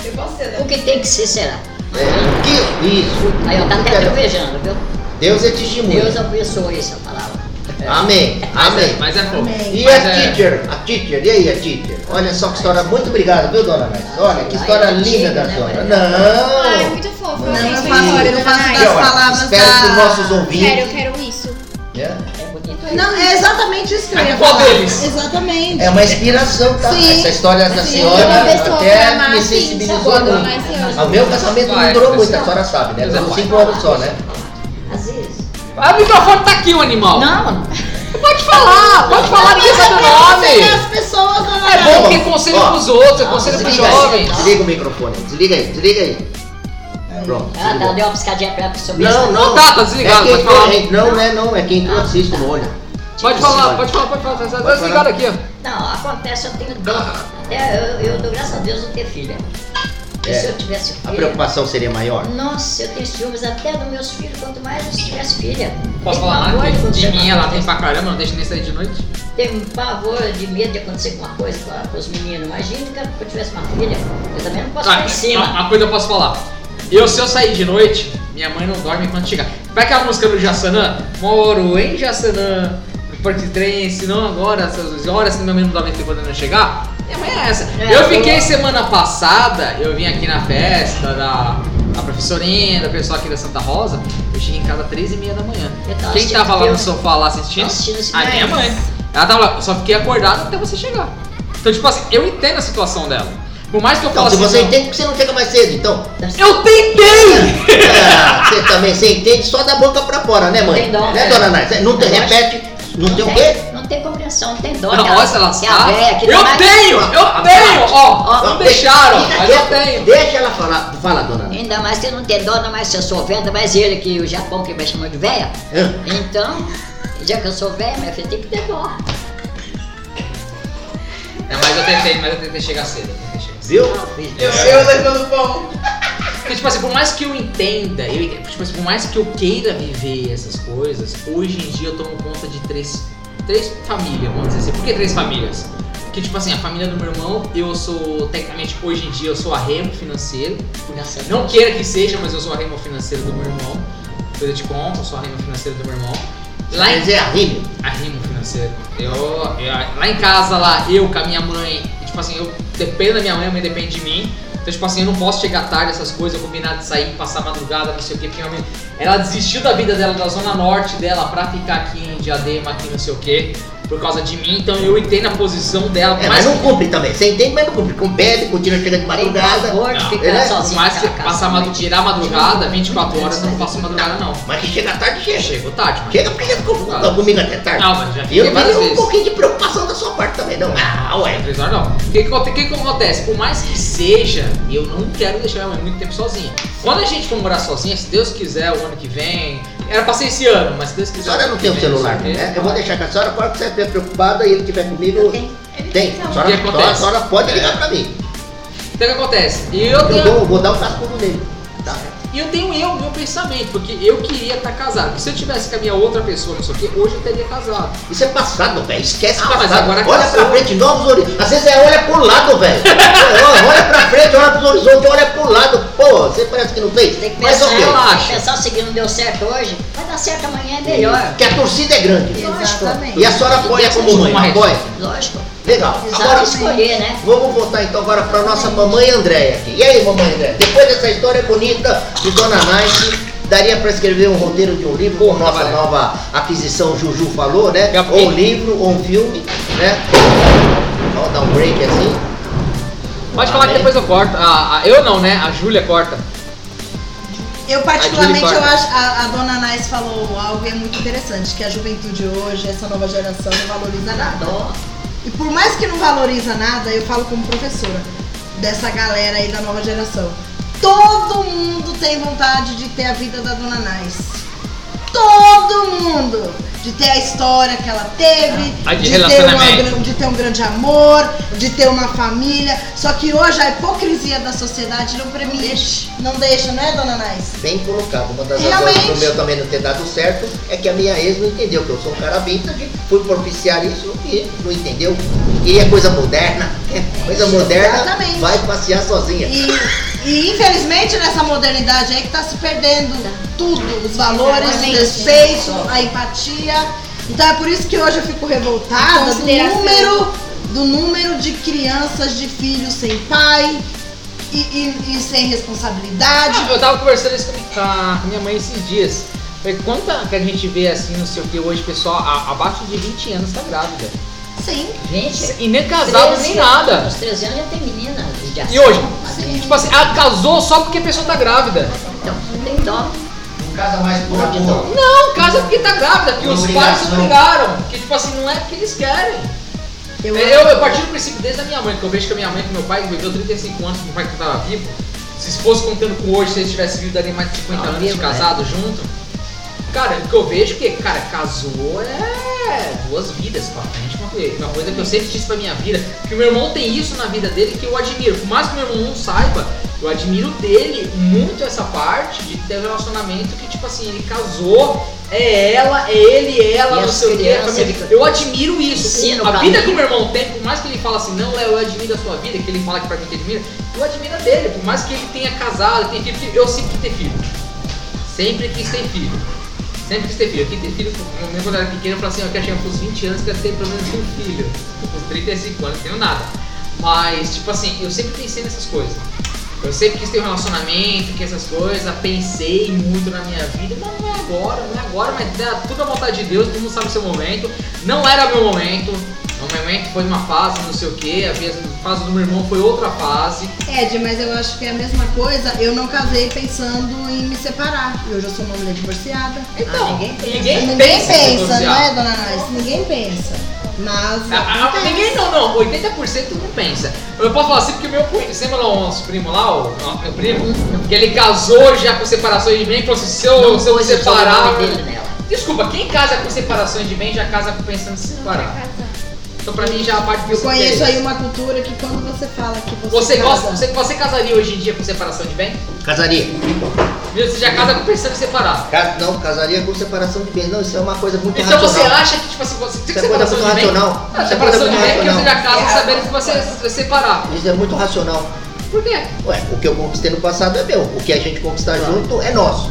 E você, né?
o que tem que ser será.
É, que isso.
Aí eu tá até
Obrigado.
trovejando, viu?
Deus é testemunho.
Deus abençoe essa palavra. É.
Ah.
Amém. Amém.
Mas é pouco.
Amém.
E
Mas
a
é-
teacher, a teacher, e aí a teacher? Olha só que história, muito obrigado, viu, dona Nath? Olha que história linda da senhora.
Ai,
Não!
muito fofo.
Não,
eu
eu
tenho
faço,
isso,
eu faço
Dona
Aqui,
das
Aida.
ó,
palavras
espero
da-
que os nossos ouvintes.
Quero, eu quero isso.
né?
É bonito.
Não, é exatamente isso que eu
A
ia
culpa
falar.
deles.
Exatamente.
É uma inspiração, tá?
Sim.
Essa história da
Sim.
senhora
Uma pessoa pra
até
amar,
me
sim,
sensibilizou
sabe?
muito.
Mas eu-
O meu casamento não
Vai,
durou muito,
pessoal.
a senhora sabe, né?
Mas é
Durou
bom.
cinco anos só, né?
Às vezes.
Ah, o microfone tá aqui, o animal.
Não,
Pode falar, pode falar, ninguém sabe o nome.
As pessoas, dona
É bom que é conselho
Ó, Ah,
pros outros, é
ó,
conselho pros
desliga aí.
jovens.
Desliga o microfone, desliga aí, desliga aí. Pronto.
Ah, tá,
desligou.
deu uma piscadinha pra ela sobre
Não,
isso.
não.
Tá, tá desligado,
é
pode
quem
falar.
entrou- Não, né? Não, é quem entrou assiste no olho.
Pode falar, pode falar, pode falar. Tá- Tá desligado aqui, ó.
Não, acontece, eu tenho dó. Até eu, eu dou graças a Deus não ter filha. Porque
É.
Se eu tivesse
A
filha.
preocupação seria maior.
Nossa, eu tenho ciúmes até dos meus filhos, quanto mais eu tivesse filha.
Posso
Tem
falar
pavor
nada? De
acontecer
mim,
uma
ela tem
coisa.
pra caramba, não deixa nem sair de noite.
Tem um pavor de medo de acontecer alguma coisa com, com os meninos. Imagina que eu tivesse uma filha, eu também não posso
Ah,
ficar em cima.
uma- uma coisa eu posso falar. Eu, se eu sair de noite, minha mãe não dorme quando chegar. Vai aquela música do Jassanã? Moro em Jassanã, no Porto Trem, se não agora, essas horas, se minha mãe não dorme quando eu não chegar. Minha mãe é essa.
É,
eu fiquei
eu-
semana passada, eu vim aqui na festa da, da professorinha, do pessoal aqui da Santa Rosa. Eu cheguei em casa às três e meia da manhã.
Eu tava
Quem
assistindo
tava lá no
filme.
sofá lá assistindo?
Tava assistindo esse
a Ah, minha
filme.
mãe. Ela tava lá, só fiquei acordado até você chegar. Então, tipo assim, eu entendo a situação dela. Por mais que eu
Então,
fale
se
assim,
você
não-
entende, por que você não chega mais cedo, então?
eu tentei!
Ah, você também, você entende só da boca pra fora, né, mãe?
Tem dó.
Né, dona Nath? Não tem,
Eu acho-
repete, não tem o quê?
Não tem compreensão, não tem dó.
Não,
aquela-
olha se ela
que a
sabe.
véia que
Eu
tá na-
tenho! Eu tenho! Ó,
Ó,
não deixaram,
Fica
mas
quieto,
eu
(laughs)
tenho.
Deixa ela falar, fala, dona Nath.
Ainda mais que não tem dó, ainda mais se eu sou velha, ainda mais ele que o Japão que vai chamar de véia.
Hã?
Então, já que eu sou velha, minha filha tem que ter dó.
É, mas eu tentei, mas eu tentei chegar cedo. eu tentei chegar cedo.
Viu?
Eu, eu levando pão.
Porque, tipo assim, por mais que eu entenda, eu, ent- tipo assim, por mais que eu queira viver essas coisas, hoje em dia eu tomo conta de três, três famílias, vamos dizer assim. Por que três famílias? Porque, tipo assim, a família do meu irmão, eu sou, tecnicamente, hoje em dia, eu sou arremo financeiro.
Graças a
Não
Deus.
queira que seja, mas eu sou arremo financeiro do meu irmão. Coisa de compra, eu sou arremo financeiro do meu irmão. Lá em
Mas é horrível.
arrimo financeiro. Eu, eu- lá em casa, lá, eu com a minha mãe, e, tipo assim, eu dependo da minha mãe, a mãe depende de mim. Então, tipo assim, eu não posso chegar tarde, essas coisas, eu combinar de sair, passar madrugada, não sei o que, porque minha mãe, ela desistiu da vida dela, da zona norte dela, pra ficar aqui em Diadema, aqui não sei o que, por causa de mim. Então eu entendo a posição dela,
É,
mas
mas não cumpre também. Você entende, mas não cumpre. Com bebe, continua chegando de
Tem
madrugada.
pavor de
Não,
ficar
né?
sozinho.
mais que
naquela casa.
passar madrugada, tirar madrugada, 24 horas, eu não faço madrugada não.
Mas que chega tarde, chega.
Chego tarde, mas...
Chega porque já ficou com-
Claro.
comigo até tarde.
Não, mas já
E eu
fiquei
não
várias
tenho um
vezes.
pouquinho de preocupação da sua parte também, não. Ah, ué.
Três horas não. O que, que, aconte- o que que acontece? Por mais que seja, eu não quero deixar minha mãe muito tempo sozinha. Quando a gente for morar sozinha, se Deus quiser, o ano que vem. Era pra ser esse ano, mas se Deus
A
quiser.
senhora
o
não
ano
tem
que
um
vem,
celular,
sei o quê.
né? Eu vou deixar com a senhora, quando você estiver preocupada e ele estiver comigo.
Eu tenho.
Tem.
O
A senhora,
que
a senhora- a
acontece?
senhora pode
É.
ligar pra mim.
Então o que acontece? Eu
Eu
tenho.
um dou- vou dar o cascudo nele. Tá.
E eu tenho eu, meu pensamento, porque eu queria estar casado. Se eu tivesse com a minha outra pessoa, não sei o quê, hoje eu teria casado.
Isso é passado, velho. Esquece
Ah, mas
passado.
agora
olha
casou.
pra frente, novos horizontes. Às vezes é olha pro
(laughs)
lado, velho. olha, olha pra frente, olha pro horizonte, olha pro lado. Pô, você parece que não fez.
Tem que
Mas
pensar,
ok.
relaxa.
pensar o seguinte, não deu certo hoje, vai dar certo amanhã, é melhor.
Porque a torcida é grande.
Lógico.
Exatamente.
E a senhora apoia como mãe,
Mas-
apoia.
Lóco.
Legal.
Precisava
Agora
escolher, né?
Vamos voltar então agora para nossa mamãe Andréia aqui. E aí, mamãe Andréia? Depois dessa história bonita de Dona Nice, daria para escrever um roteiro de um livro, como nossa
Trabalhar.
nova aquisição Juju falou, né?
Daqui a
Ou um
pouco.
livro, ou um filme, né? Vamos dar um break assim.
Pode falar que
Amém.
depois eu corto. Ah, ah, eu não, né? A Júlia corta. É.
Eu particularmente
A Julie
eu
Corta.
acho a, a dona Anais falou algo e é muito interessante, que a juventude hoje, essa nova geração não valoriza nada.
Dó.
E por mais que não valoriza nada, eu falo como professora dessa galera aí da nova geração. Todo mundo tem vontade de ter a vida da dona Nais. Todo mundo! De ter a história que ela teve,
Ah, de
ter uma
relacionamento.
gran- de ter um grande amor, de ter uma família. Só que hoje a hipocrisia da sociedade não permite. Não deixa, não é, dona Nais?
Bem colocado. Uma das razões
Realmente.
do meu também não ter dado certo é que a minha ex não entendeu que eu sou um cara vintage, fui propiciar isso e não entendeu. E é coisa moderna. É coisa moderna
Exatamente.
vai passear sozinha.
E, e, infelizmente nessa modernidade aí que tá se perdendo tudo, os valores, o
Exatamente.
respeito, a empatia. Então é por isso que hoje eu fico
A
revoltada do
consideração.
número, do número de crianças de filhos sem pai e, e- e sem responsabilidade.
Ah, Eu tava conversando isso com a com a minha mãe esses dias. Falei, quanta que a gente vê assim, não sei o que, hoje, pessoal, a- abaixo de 20 anos tá grávida.
Sim.
Gente,
E nem casado,
13
nem nada.
Aos 13 anos já tem menina de ação.
E hoje?
Sim.
Tipo assim, ah, casou só porque a pessoa tá grávida.
Então, não tem dó.
Não casa mais por
Pode
amor.
não.
Não, casa porque tá grávida, que os pais
Obrigação.
obrigaram. Que tipo assim, não é porque eles querem. Eu, É, eu, parti do princípio desde a minha mãe, que eu vejo que a minha mãe e meu pai viveu 35 anos, meu pai que tava vivo. Se fosse contando com hoje, se eles tivessem vivido ali mais de 50
Não,
anos
Ah, vivo, né?
de casado junto. Cara, o que eu vejo é que, cara, casou é duas vidas pra frente. Uma coisa, uma coisa que eu sempre disse pra minha vida, que o meu irmão tem isso na vida dele que eu admiro. Por mais que meu irmão não saiba, eu admiro dele muito essa parte de ter um relacionamento que, tipo assim, ele casou, é ela, é ele, é ela,
E
não
as
sei o que.
crianças, ele-
Eu admiro isso.
Ensina
a
pra
vida
mim.
que o meu irmão tem, por mais que ele fala assim, não, Léo, eu admiro a sua vida, que ele fala que pra mim que admira, eu admiro a dele, por mais que ele tenha casado, tem filho, eu sempre quis ter filho. Sempre quis ter filho. Sempre quis ter filho. Eu quis ter filho, eu lembro quando eu era pequeno, eu falava assim, eu quero chegar pros 20 anos, quero ter pelo menos um filho. Com 35 anos, tenho nada. Mas, tipo assim, eu sempre pensei nessas coisas. Eu sempre quis ter um relacionamento, que essas coisas, pensei muito na minha vida, mas não é agora, não é agora, mas dá tudo à vontade de Deus, todo mundo sabe o seu momento. Não era meu momento, meu momento foi uma fase, não sei o que, a minha- a fase do meu irmão foi outra fase.
Ed, mas eu acho que é a mesma coisa, eu não casei pensando em me separar. E hoje eu sou uma mulher divorciada.
Então,
Ah, ninguém
ninguém pensa.
pensa.
Ninguém
em se
pensa,
divorciar.
não é, dona Anais? Ninguém pensa. Mas.
Ah, ah, ninguém não, não. 80% não pensa. Eu posso falar assim porque o meu primo, você lembra lá o nosso primo lá, o o meu primo, que ele casou já com separações de bem, falou assim, se
Então,
eu, se eu me
pôs o
separar.
sobrenome dele né? nela.
Desculpa, quem casa com separações de bem já casa pensando em se separar. Então pra mim já a parte
Eu conheço
você
aí uma cultura que quando você fala que você.
Você
casa-
gosta, você, você casaria hoje em dia com separação de bem?
Casaria.
Você já casa com pensando em separar.
Ca- Não, casaria com separação de bens. Não, isso é uma coisa muito
Então você
racional.
acha que, tipo assim, você tem
Isso é coisa
separação
muito
de bem?
racional.
Ah,
Isso é coisa
separação de
muito
bem que você já
racional.
casa sabendo que você vai separar.
Isso é muito racional.
Por quê?
Ué, o que eu conquistei no passado é meu. O que a gente conquistar junto é nosso.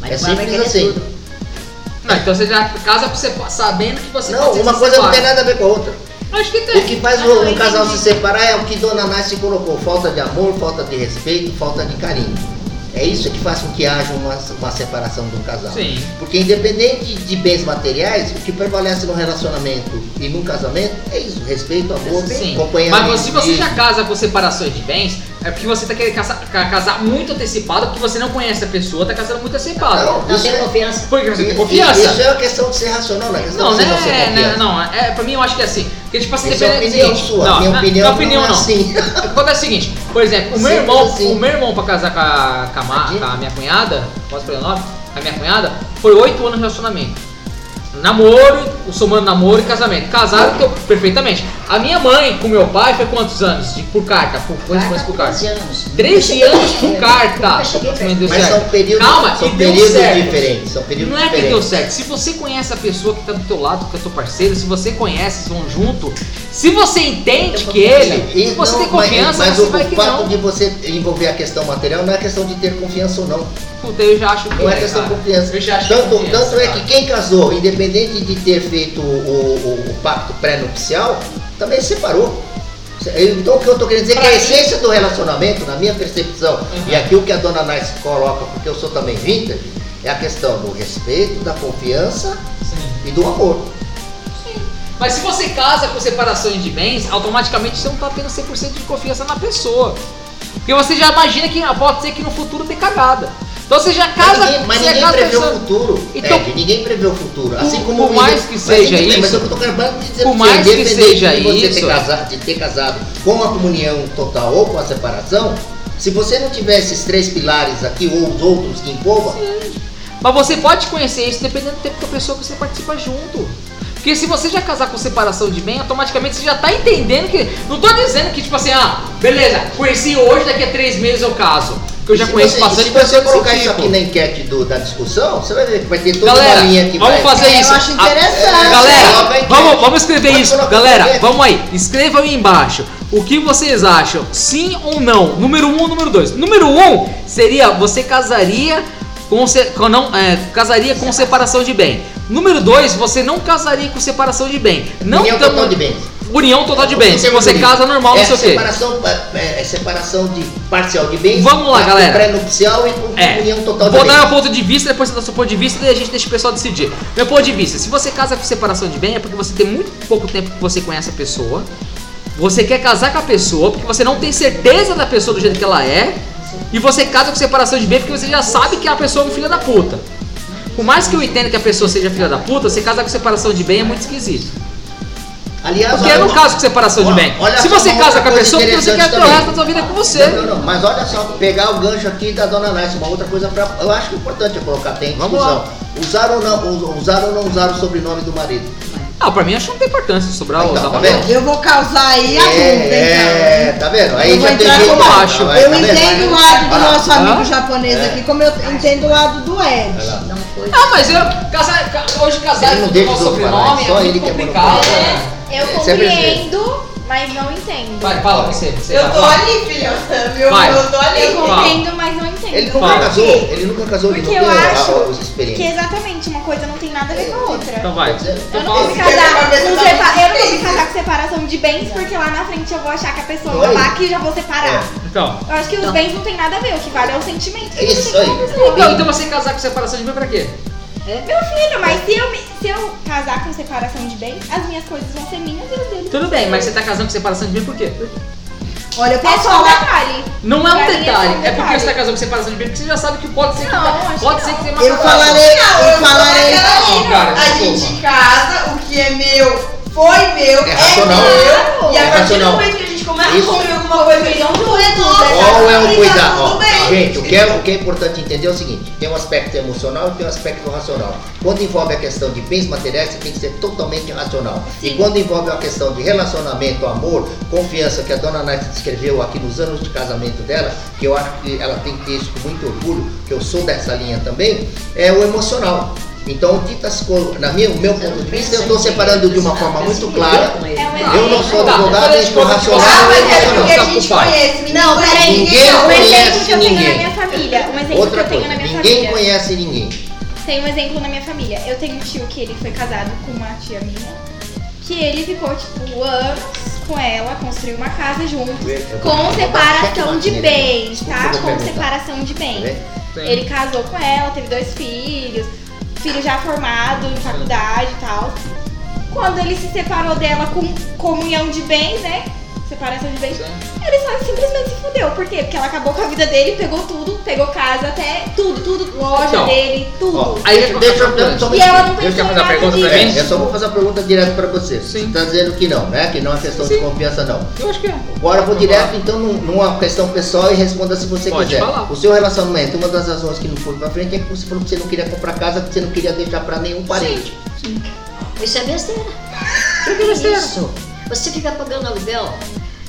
Mas
É
o pai vai
simples
querer
assim.
tudo.
Não, então você já casa pra você sabendo que você
Não,
pode
uma
se
coisa não
separar. É.
tem nada a ver com a outra.
Acho que tem.
O que faz
Ah,
um,
não,
um casal se
entendi.
separar é o que Dona Nice colocou: falta de amor, falta de respeito, falta de carinho. É isso que faz com que haja uma, uma separação do casal.
Sim.
Porque independente de bens materiais, o que prevalece no relacionamento e num casamento é isso, respeito, amor,
Sim.
acompanhamento.
Mas se você
de-
já casa com separações de bens, é porque você tá querendo casar, ca- casar muito antecipado, porque você não conhece a pessoa, tá casando muito antecipado.
Não,
Não
isso
tem
é-
confiança.
Porque você tem
Isso
confiança.
é uma questão de ser racional, não é questão
Não, né?
de você não ser
né,
confiante.
Não, é, pra mim eu acho que é assim. Porque, tipo assim,
Essa é a
depende-
opinião sua, minha
na-
opinião,
na opinião
não é
não.
assim.
Quando é o seguinte, por exemplo, o meu
Simples
irmão,
assim.
o meu irmão pra casar com a, com a, Ma-
Entendi.
com a minha cunhada, posso falar o nome? Com a minha cunhada, foi oito anos de relacionamento. Namoro, o somando namoro e casamento. Casaram então, perfeitamente. A minha mãe com meu pai foi quantos anos? De, por carta, por coisa, coisa por carta.
13 anos.
13 anos por carta.
Nunca cheguei
Não
perto.
deu
Mas é um
certo.
são períodos,
Calma, e
são
deu
períodos
certo.
diferentes. São períodos
Não é que deu
diferentes.
certo. Se você conhece a pessoa que tá do teu lado, que é teu parceiro, se você conhece, vocês vão junto, se você entende que ele,
E
você
não,
tem confiança,
mas, mas
você
o,
vai
o
que
fato
não.
de você envolver a questão material não é questão de ter confiança ou não.
Puta, eu já acho que
Não é
é,
questão de
cara.
confiança.
Eu já acho
Tanto,
confiança,
tanto é
cara.
que quem casou, independente de ter feito o, o- o pacto pré-nupcial, também se separou. Então o que eu estou querendo dizer é que a essência do relacionamento, na minha percepção, e aqui o que a dona Nice coloca, porque eu sou também vintage, é a questão do respeito, da confiança
Sim.
e do amor.
Mas se você casa com separações de bens, automaticamente você não tá tendo 100% de confiança na pessoa. Porque você já imagina que ah, pode ser que no futuro dê cagada. Então você já casa
mas ninguém, mas
você
ninguém
casa
prevê um-
pensando-
o futuro.
Então-
Ed, ninguém prevê o futuro. Assim
Por-
como
por
o-
mais que
mas
seja
tudo bem, Mas
isso-
eu tô acabando de dizer
por
pra você,
mais que
independente
seja
de você
isso-
Ter casado, de ter casado com a comunhão total ou com a separação, se você não tiver esses três pilares aqui ou os outros que envolvam,
Mas você pode conhecer isso dependendo do tempo que a pessoa que você participa junto. Porque se você já casar com separação de bem, automaticamente você já tá entendendo que. Não tô dizendo que, tipo assim, ah, beleza, conheci hoje, daqui a três meses eu caso. Porque eu já
se
conheço
você,
bastante
Tipo assim, Se
pessoa
você
desse
colocar isso
tipo.
aqui na enquete do- da discussão, você vai ver que vai ter toda
Galera,
uma linha que
vamos
vai.
fazer
É, eu
isso.
acho
A-
interessante.
Coloca aí,
Ah, galera, vamos,
gente.
vamos escrever
Pode
isso.
colocar
Galera,
aí.
vamos aí. Escrevam aí embaixo o que vocês acham, sim ou não. Número 1 um, ou número 2. Número 1 um seria você casaria com, se- com não, é, casaria com separação de bem. Número 2, você não casaria com separação de bem. Não
União
tamo-
total de bens.
União total de
Você
bens.
tem
Você
união.
casa normal,
é
não sei o quê.
separação, é, é separação de parcial de bens.
Vamos lá,
pacto
galera.
Pré-nupcial e com
É.
comunhão total de
Vou
bens.
dar meu ponto de vista, depois você dá seu ponto de vista e a gente deixa o pessoal decidir. Meu ponto de vista, se você casa com separação de bem, é porque você tem muito pouco tempo que você conhece a pessoa. Você quer casar com a pessoa porque você não tem certeza da pessoa do jeito que ela é. E você casa com separação de bem porque você já sabe que a pessoa é um filho da puta. Por mais que eu entenda que a pessoa seja filha da puta, você casar com separação de bem é muito esquisito.
Aliás,
Porque
olha
eu não
uma-
caso com separação de
Ó,
bem.
olha
Se
só
você
uma
casa
outra
com a
coisa
pessoa, porque você quer
interessante
ter o resto da
também. Uhum.
sua vida com você.
Não, não, não, mas olha só, pegar o gancho aqui da dona Nice, uma outra coisa pra. Eu acho que é importante eu colocar até em
Vamos
discussão.
lá.
Usar ou não, us- usar ou não usar o sobrenome do marido.
Ah, pra mim acho que não tem importância sobrar
Então,
ou usar
tá
papel.
vendo?
Eu vou causar aí a
é,
dúvida,
é, tá vendo? Aí
então. Eu vou
já tem
entrar
gente
com
que-
baixo.
tá
então.
vendo?
Eu
Tá vendo?
entendo o lado do
Olha lá,
nosso
olha lá.
amigo japonês
É.
aqui, como eu entendo o lado do Ed.
olha lá.
Não foi.
Ah, mas eu, casar, ca- hoje casar
Ele não
com
deixa
o
os outros
sobrenome
falarem,
é
só
muito
ele que é
complicado. né?
monopólio.
Eu
Isso é verdade.
compreendo, mas não entendo.
Vai, fala você. você
Eu
vai,
tô
fala.
ali, filho. Eu,
Vai.
eu tô ali.
Eu
Fala.
compreendo, mas não entendo.
Ele né? nunca
Por
casou,
É. quê?
ele nunca casou, ele
Porque
não
eu
tem a-
acho
a- os
que
experiências.
exatamente uma coisa não tem nada a ver com a outra.
Então vai.
Eu não
fala.
vou me casar com sepa- eu não vou me casar com separação de bens, porque lá na frente eu vou achar que a pessoa é um
Oi. É.
babaca e já vou separar.
Então.
Eu acho que os
Então.
bens não tem nada a ver, o que vale é o sentimento que
Isso
você tem com
aí.
a pessoa.
Então, então você casar com separação de bem pra quê?
Meu filho, mas se eu, me- se eu casar com separação de bens, as minhas coisas vão ser minhas e os dele.
Tudo bem, mas você tá casando com separação de bem por quê?
Olha, eu
É
posso
só um
falar.
detalhe.
Não é um
Pra mim, é só um
detalhe, é porque
detalhe.
você tá casando com separação de bem porque você já sabe que pode ser que,
Não,
tá-
acho
pode
que
ser que
não.
tenha uma
Eu
separação.
falarei,
Não,
eu
assim, ah, eu
falarei.
vou
Não, cara,
A
desculpa.
gente casa, o que é meu foi meu,
É
é,
racional.
meu. E
É
a partir do
racional.
momento que a gente começa
Isso.
a comer alguma coisa, então tudo é tudo.
Qual é
Tá
o
ligado?
cuidado?
Tudo
Ó,
bem.
Gente, o que, é, o que é importante entender é o seguinte: tem um aspecto emocional e tem um aspecto racional. Quando envolve a questão de bens materiais, você tem que ser totalmente racional. E quando envolve a questão de relacionamento, amor, confiança, que a dona Nath descreveu aqui nos anos de casamento dela, que eu acho que ela tem que ter isso com muito orgulho, que eu sou dessa linha também, é o emocional. Então, o que tá se colo- na minha, o meu ponto de vista, eu estou separando de uma
né?
forma muito clara.
É
Eu não sou
Tá,
advogado,
mas
eu sou
quando-
racional.
Ah, mas é
e
porque a
emocional.
gente
Tá,
conhece. menino,
Não,
conhece
peraí.
ninguém.
Ninguém é
Um exemplo
conhece
que eu tenho na
ninguém.
minha família. Um exemplo
Outra
que eu tenho
coisa,
na minha
ninguém
família.
conhece ninguém.
Tem um exemplo na minha família. Eu tenho um tio que ele foi casado com uma tia minha, que ele ficou, tipo, anos com ela, construiu uma casa junto,
Eu vou- eu
com
vou-
separação de
eu vou-
bens, tá?
eu vou
Com
perguntar.
separação de
Tá
bens.
vendo?
Tem.
Ele casou com ela, teve dois filhos, filho já formado em faculdade e tal. Quando ele se separou dela com comunhão de bens, né? Separação de bens, ele só simplesmente se fudeu. Por quê? Porque ela acabou com a vida dele, pegou tudo, pegou casa, até tudo, tudo, loja
Então,
dele, tudo.
Ó,
Aí
deixa,
eu-
deixa eu- eu só
E ela não
Eu
pensou
quero
em
fazer uma
nada
pergunta pra
disso.
mim?
É, eu só vou fazer uma pergunta direto pra você. Você
Sim.
está dizendo que não, né? Que não é questão
Sim.
de confiança, não.
Eu acho que é.
Agora eu vou
Vamos
direto, então, num- numa questão pessoal e responda se você
Pode
quiser.
falar.
O seu relacionamento, uma das razões que não foi pra frente é que você falou que você não queria comprar casa, que você não queria deixar pra nenhum parente.
Isso é besteira. Por que besteira? Isso. Você fica pagando aluguel,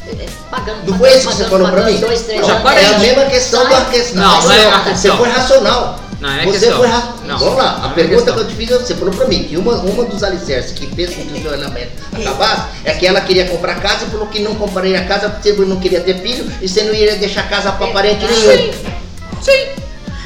eh, pagando,
Não
pagando,
foi isso que você
pagando,
falou pra
pagando
mim?
dois, três
Já
anos.
parei
É a
de-
mesma questão da questão.
Não, não é a
Você
questão.
foi racional.
Não, é a
você
questão.
foi racional.
Não.
Vamos lá, a
Não é
pergunta
questão.
que eu te fiz, você falou pra mim que uma, uma dos alicerces que fez com que o relacionamento acabasse é que ela queria comprar casa e falou que não compraria casa porque você não queria ter filho e você não iria deixar casa pra parente nenhum.
Sim.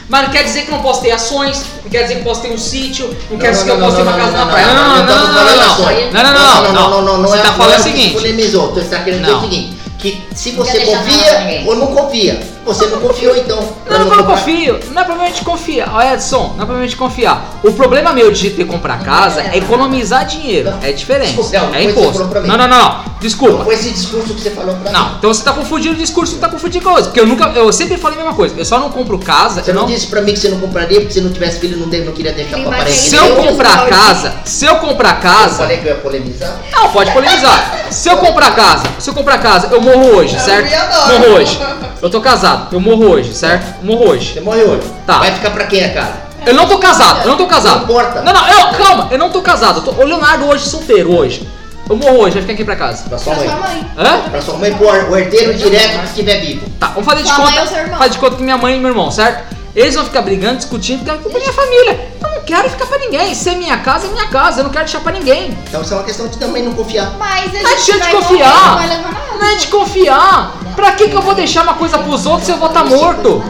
Mas não quer dizer que não posso ter ações, não quer dizer que posso ter um sítio, não, quer dizer que eu posso ter uma casa na praia. Não, não, não, não, não, não, não, não, não, não, não, Você
é-
tá falando
é
o
que
seguinte.
polemizou, você tá querendo dizer
Não.
o seguinte, que se
Não quer
você
deixar nada pra
confia
ninguém.
ou não confia, você não confiou então. pra
Não, não, eu
comprar.
confio. Não é problema de confiar. Ó, Edson, não é problema de confiar. O problema meu de ter que comprar casa é economizar dinheiro. É diferente. É imposto. Não, não, não, não.
Não
Desculpa.
foi esse discurso que você falou pra mim.
Não, então você tá confundindo o discurso, tá confundindo coisa. Porque eu nunca, eu sempre falei a mesma coisa. Eu só não compro casa,
Você
eu
não,
não
disse pra mim que você não compraria porque você não tivesse filho e não, deve- não queria deixar
Sim,
pra
mas
parente.
aí
Se
nenhum.
eu comprar casa, se eu comprar
Eu
casa,
falei que eu ia polemizar.
não, pode polemizar. Se eu comprar casa, se eu comprar casa, eu morro hoje, certo?
me adoro.
Morro hoje. Eu tô casado, eu morro hoje, certo? Morro hoje.
Você morre hoje.
Tá.
Vai ficar pra quem a casa?
Eu não tô casado, eu não tô
Não
casado.
importa.
Não, não, eu, calma, eu não tô casado. Eu tô, o Leonardo hoje é solteiro hoje. Eu morro hoje, vai ficar aqui pra casa.
Pra sua
Pra sua
mãe.
mãe.
Hã?
Pra sua mãe, pro o herdeiro direto que estiver vivo.
Tá, vamos fazer de
Sua mãe ou seu
conta.
irmão?
Faz de conta que minha mãe e meu irmão, certo? Eles vão ficar brigando, discutindo, porque é minha família. Eu não quero ficar pra ninguém. Se é minha casa, é minha casa. Eu não quero deixar pra ninguém.
Então isso é uma questão de também não confiar.
Mas a
Mas
gente
deixa eu
vai
te
morrer,
Tá confiar.
não vai levar nada.
Não é de confiar. Pra que, que eu vou deixar uma coisa pros outros se eu vou estar morto?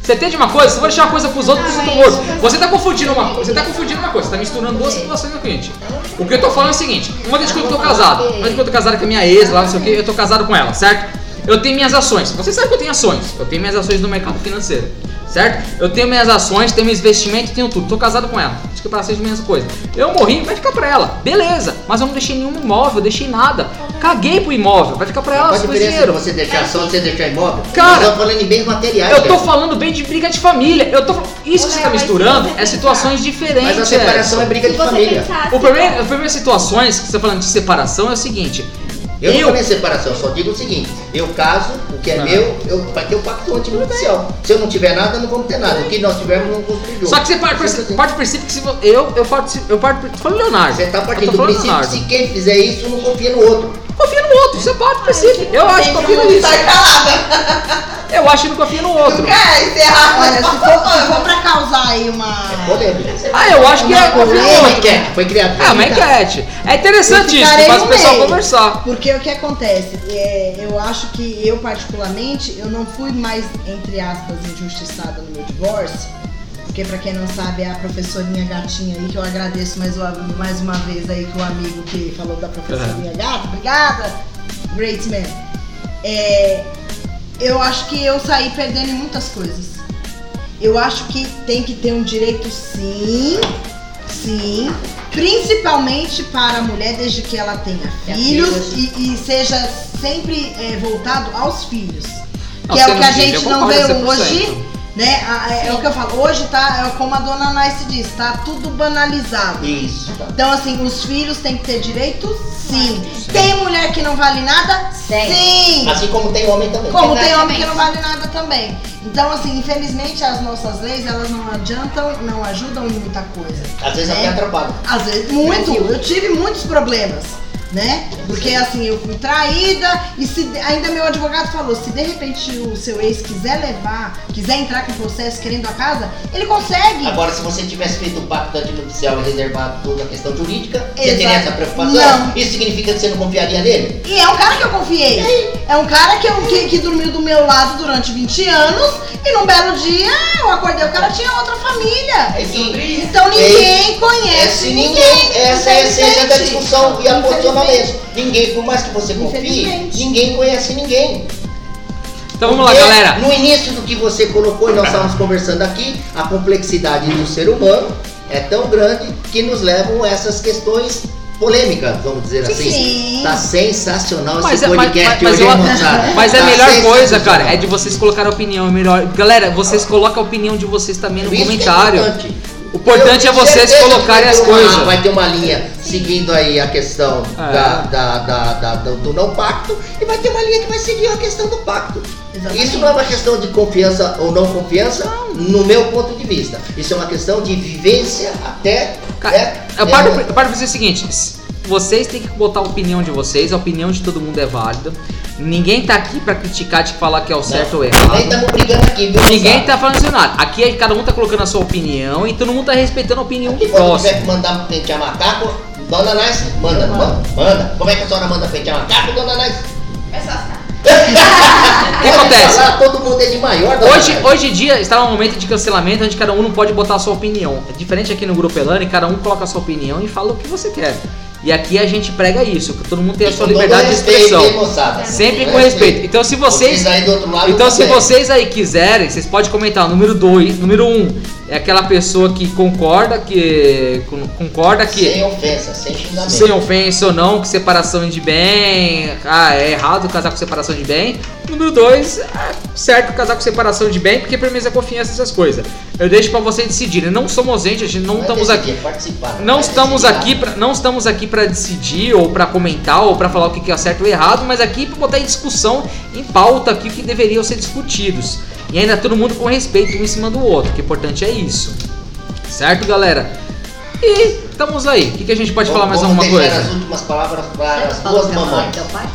Você entende uma coisa? Você vai deixar uma coisa pros outros se eu tô morto. Você tá confundindo uma coisa. Você tá confundindo uma coisa. Você tá misturando duas situações aqui, gente. O que eu tô falando é o seguinte: uma vez que eu tô casado, uma vez que eu tô casado com a minha ex, lá não sei o que, eu tô casado com ela, certo? Eu tenho minhas ações. Você sabe que eu tenho ações. Eu tenho minhas ações no mercado financeiro. Certo? Eu tenho minhas ações, tenho meus investimentos, tenho tudo. Tô casado com ela. Acho que pra vocês mesma coisa. Eu morri, vai ficar pra ela. Beleza. Mas eu não deixei nenhum imóvel, eu deixei nada. Caguei pro imóvel, vai ficar pra ela,
Qual a
seu
diferença de
dinheiro.
você deixar só de você deixar imóvel?
Cara,
Nós estamos falando em bens materiais.
Eu tô
velho.
falando bem de briga de família. Eu tô isso que você tá misturando é situações diferentes.
Mas a separação é
Edson.
briga
Se
de
você assim,
família.
pensasse.
O problema, as primeiras situações que você tá falando de separação é o seguinte.
Eu,
Eu- Tá.
não falei separação, eu só digo o seguinte: eu caso, o que é
Não.
meu, eu, vai ter o pacto antinupcial. Se eu não tiver nada, não vamos ter nada. O que nós tivermos, não construir junto.
Só que você parte,
Simples
parte do princípio que se vo- eu eu parto eu parto tô falando Leonardo.
Você tá
eu
partindo
tô
do
falando
princípio que
Leonardo.
se quem fizer isso, não confia no outro.
Confia no outro, você parte
Ah,
do princípio. Eu acho que confia nisso.
Tá calada.
Eu acho que não confia no outro.
Quer encerrar?
Olha, se for, se for pra causar aí uma.
É polêmica.
Ah, eu acho que é confia
É
no
uma
outro.
enquete, foi criado.
É uma enquete. É interessante
Eu
isso,
ficarei
faz o
no
pessoal
meio.
conversar.
Porque o que acontece? É, eu acho que eu, particularmente, eu não fui mais, entre aspas, injustiçada no meu divórcio. Porque, pra quem não sabe, é a professorinha gatinha aí, que eu agradeço mais, uma- mais uma vez aí que o amigo que falou da professorinha gata. Obrigada, Great Man. É, eu acho que eu saí perdendo em muitas coisas. Eu acho que tem que ter um direito sim, sim, principalmente para a mulher desde que ela tenha
É
Tenha
filhos
filhos.
e, e seja sempre é, voltado aos filhos.
Não,
que é
você
o
não
que a
entende,
gente
eu
não vê
concordo 100%.
hoje, né? A- É, é o que eu falo, hoje tá, é como a dona Nice diz, tá tudo banalizado.
Isso.
Então, assim, os filhos têm que ter direito? Sim. Tem mulher que não vale nada?
Tem.
Sim.
Assim como tem homem também.
Como tem homem
Exatamente.
que não vale nada também. Então, assim, infelizmente as nossas leis, elas não adiantam, não ajudam em muita coisa.
Às vezes até
É.
atrapalha.
Às vezes, muito. Eu tive muitos problemas, né? Porque, assim, eu fui traída e se, ainda meu advogado falou, se de repente o seu ex quiser levar, quiser entrar com processo querendo a casa, ele consegue.
Agora, se você tivesse feito o pacto antinupcial e reservado toda a questão jurídica, você
Exato.
teria essa preocupação?
Não.
Isso significa que você não confiaria nele?
E é um cara que eu confiei. É um cara que, eu, que, que dormiu do meu lado durante 20 anos e num belo dia eu acordei, o cara tinha outra família.
É sobre isso.
Então ninguém
Esse
conhece
ninguém,
ninguém.
essa é a essência da
Infelizmente.
discussão e a posicionamento.
Infelizmente.
Ninguém, por mais que você confie,
Infelizmente.
ninguém conhece ninguém.
Então vamos lá,
Porque
galera.
É No início do que você colocou, e nós estávamos conversando aqui, a complexidade do ser humano é tão grande que nos levam a essas questões polêmicas, vamos dizer assim.
Sim.
Tá sensacional
Mas
esse
é, mas, mas,
podcast
mas,
hoje,
eu-
hein, moçada?
(laughs) mas é a
Tá
melhor coisa,
sensacional.
cara, é de vocês colocar a opinião. é Melhor. Galera, vocês colocam a opinião de vocês também no
Isso que é
comentário.
importante.
O importante
Eu
é
tenho
vocês
certeza
colocarem
que vai
as
ter uma-
coisas.
Vai ter uma linha seguindo aí a questão
É.
da, da- da- da- do, do não pacto e vai ter uma linha que vai seguir a questão do pacto.
Exatamente.
Isso não é uma questão de confiança ou não confiança, no meu ponto de vista. Isso é uma questão de vivência até.
Cara,
né,
Eu
é,
paro, eu paro pra dizer o seguinte: s- vocês têm que botar a opinião de vocês, a opinião de todo mundo é válida. Ninguém tá aqui pra criticar, de falar que é o certo ou errado.
Nem estamos brigando aqui, viu?
Ninguém tá falando assim nada. Aqui é- cada um tá colocando a sua opinião e todo mundo tá respeitando a opinião
E
do
quando
próximo.
tiver que mandar pentear macaco, dona Nice, manda, manda, manda. Como é que a senhora manda pentear macaco, dona Nice?
É só ficar.
O (laughs) que acontece?
Falar, todo mundo é de maior, dona
Hoje,
Nice.
hoje em dia está um momento de cancelamento onde cada um não pode botar a sua opinião. É diferente aqui no Grupo Elane, cada um coloca a sua opinião e fala o que você quer. E aqui a gente prega isso, que todo mundo tem a sua
Com Então, todo
liberdade de
respeito, hein,
expressão.
moçada?
Sempre com respeito. Então se vocês.
aí do outro lado
Então se
também.
vocês aí quiserem, vocês podem comentar o número 2, número 1. Um, é aquela pessoa que concorda que con- concorda que
Sem ofensa, sem xingamento.
sem ofensa ou não, que separação de bem. Ah, é errado casar com separação de bem. Número dois é certo casar com separação de bem, porque premissa confiança essas coisas. Eu deixo pra vocês decidirem. Não somos gente, a gente não
Vai
estamos
decidir,
aqui.
é Participar,
Não
vai
estamos
decidir.
aqui, pra, não estamos aqui para decidir ou pra comentar ou pra falar o que que é certo ou errado, mas aqui pra botar em discussão, em pauta aqui o que deveriam ser discutidos. E ainda todo mundo com respeito um em cima do outro, que o importante é isso. Certo, galera? E estamos aí. O que, que a gente pode falar mais
vamos
alguma
deixar
coisa?
as últimas palavras para Ah, as
Você falou
duas
que é
mamães.
teu pai?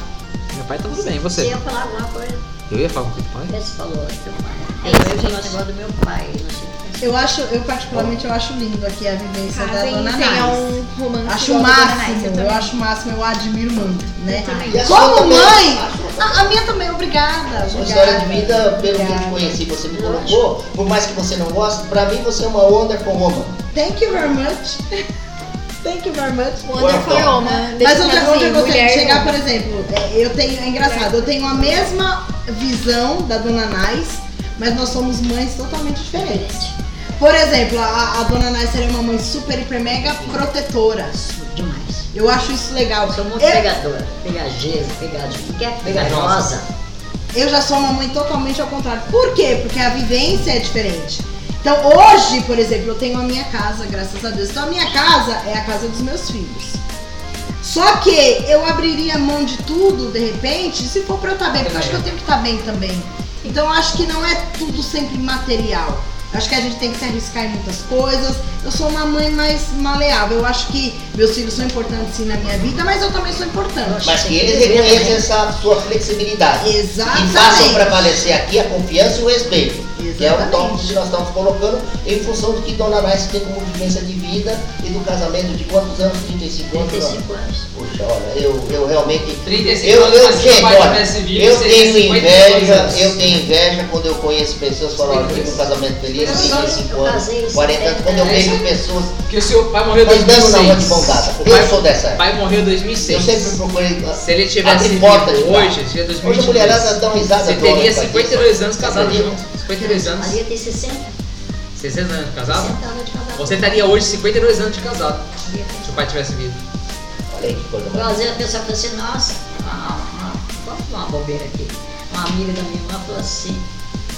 Meu pai tá tudo bem, e
Você
você?
ia falar alguma coisa?
Eu ia falar com o teu pai?
Você falou teu pai.
É
É,
isso,
eu ia falar um
gente.
negócio do meu pai. não sei o que.
Eu acho, eu particularmente eu acho lindo aqui a vivência da
Casem
é dona
e tenham
Nais.
é um romance
Acho o
igual a dona Nais,
máximo,
eu
eu,
também.
acho o máximo, eu admiro muito, né?
também.
E a sua
Como
também,
mãe,
a sua também.
Ah, a, a minha também, obrigada.
Sua
obrigada.
história de vida, pelo que eu te
Obrigada.
conheci, você me colocou, por mais que você não goste, pra mim você é uma wonderful woman.
Thank you
(laughs)
very much. Thank you very much.
Wonderful Woman.
Mas
Deixa
onde,
assim,
onde eu gostaria de
mulher-
chegar, por exemplo, é, eu tenho, é engraçado, eu tenho a mesma visão da dona Nais, mas nós somos mães totalmente diferentes. Por exemplo, a, a dona Nais seria uma mãe super, hiper, mega protetora.
Demais.
Eu acho isso legal.
Eu sou muito
Eu,
pegadora. Pegajosa, pegajosa. Pegajosa.
eu já sou uma mãe totalmente ao contrário. Por quê? Porque a vivência é diferente. Então hoje, por exemplo, eu tenho a minha casa, graças a Deus. Então a minha casa é a casa dos meus filhos. Só que eu abriria mão de tudo, de repente, se for pra eu estar bem, porque eu acho que eu tenho que estar bem também. Então eu acho que não é tudo sempre material. Eu Acho que a gente tem que se arriscar em muitas coisas. Eu sou uma mãe mais maleável. Eu acho que meus filhos são importantes sim na minha vida, mas eu também sou importante.
Mas que eles reconheçam essa sua flexibilidade. E façam
Exatamente.
prevalecer aqui a confiança e o respeito. Que é o tópico que
Exatamente.
nós estamos colocando em função do que Dona Nice tem como vivência de vida e do casamento de quantos anos? 35 anos?
35 anos.
Poxa, olha, eu, eu realmente
35
eu, eu,
anos,
gente,
vai
olha,
pra esse vídeo,
eu
seria
tenho
52
inveja,
anos.
eu tenho inveja quando eu conheço pessoas que falam, olha, eu tive um
52.
casamento feliz,
Eu sou-
35
eu
anos,
casei em
40 anos, quando eu
70,
vejo pessoas
Porque o seu pai morreu em
andando na rua de
2006.
mão dada, eu
Pai-
sou dessa época.
pai morreu em
Eu
2006.
sempre procurei.
Se ele tivesse
Abre
vivo
porta de carro.
hoje, seria 2022.
Hoje a mulherada dá uma risada
Você
do
teria
homem com aquilo.
52 anos casado
Acredita?
junto. 52 anos.
Maria tem 60,
60 anos casado?
60 anos de casado.
Você estaria hoje 52 anos de casado,
Maria tem-
se seu pai tivesse vivo.
Olha aí que coisa
Eu,
mais.
às vezes a pessoa fala assim, nossa, uma, uma, vamos falar uma bobeira aqui. Uma amiga da minha irmã falou assim,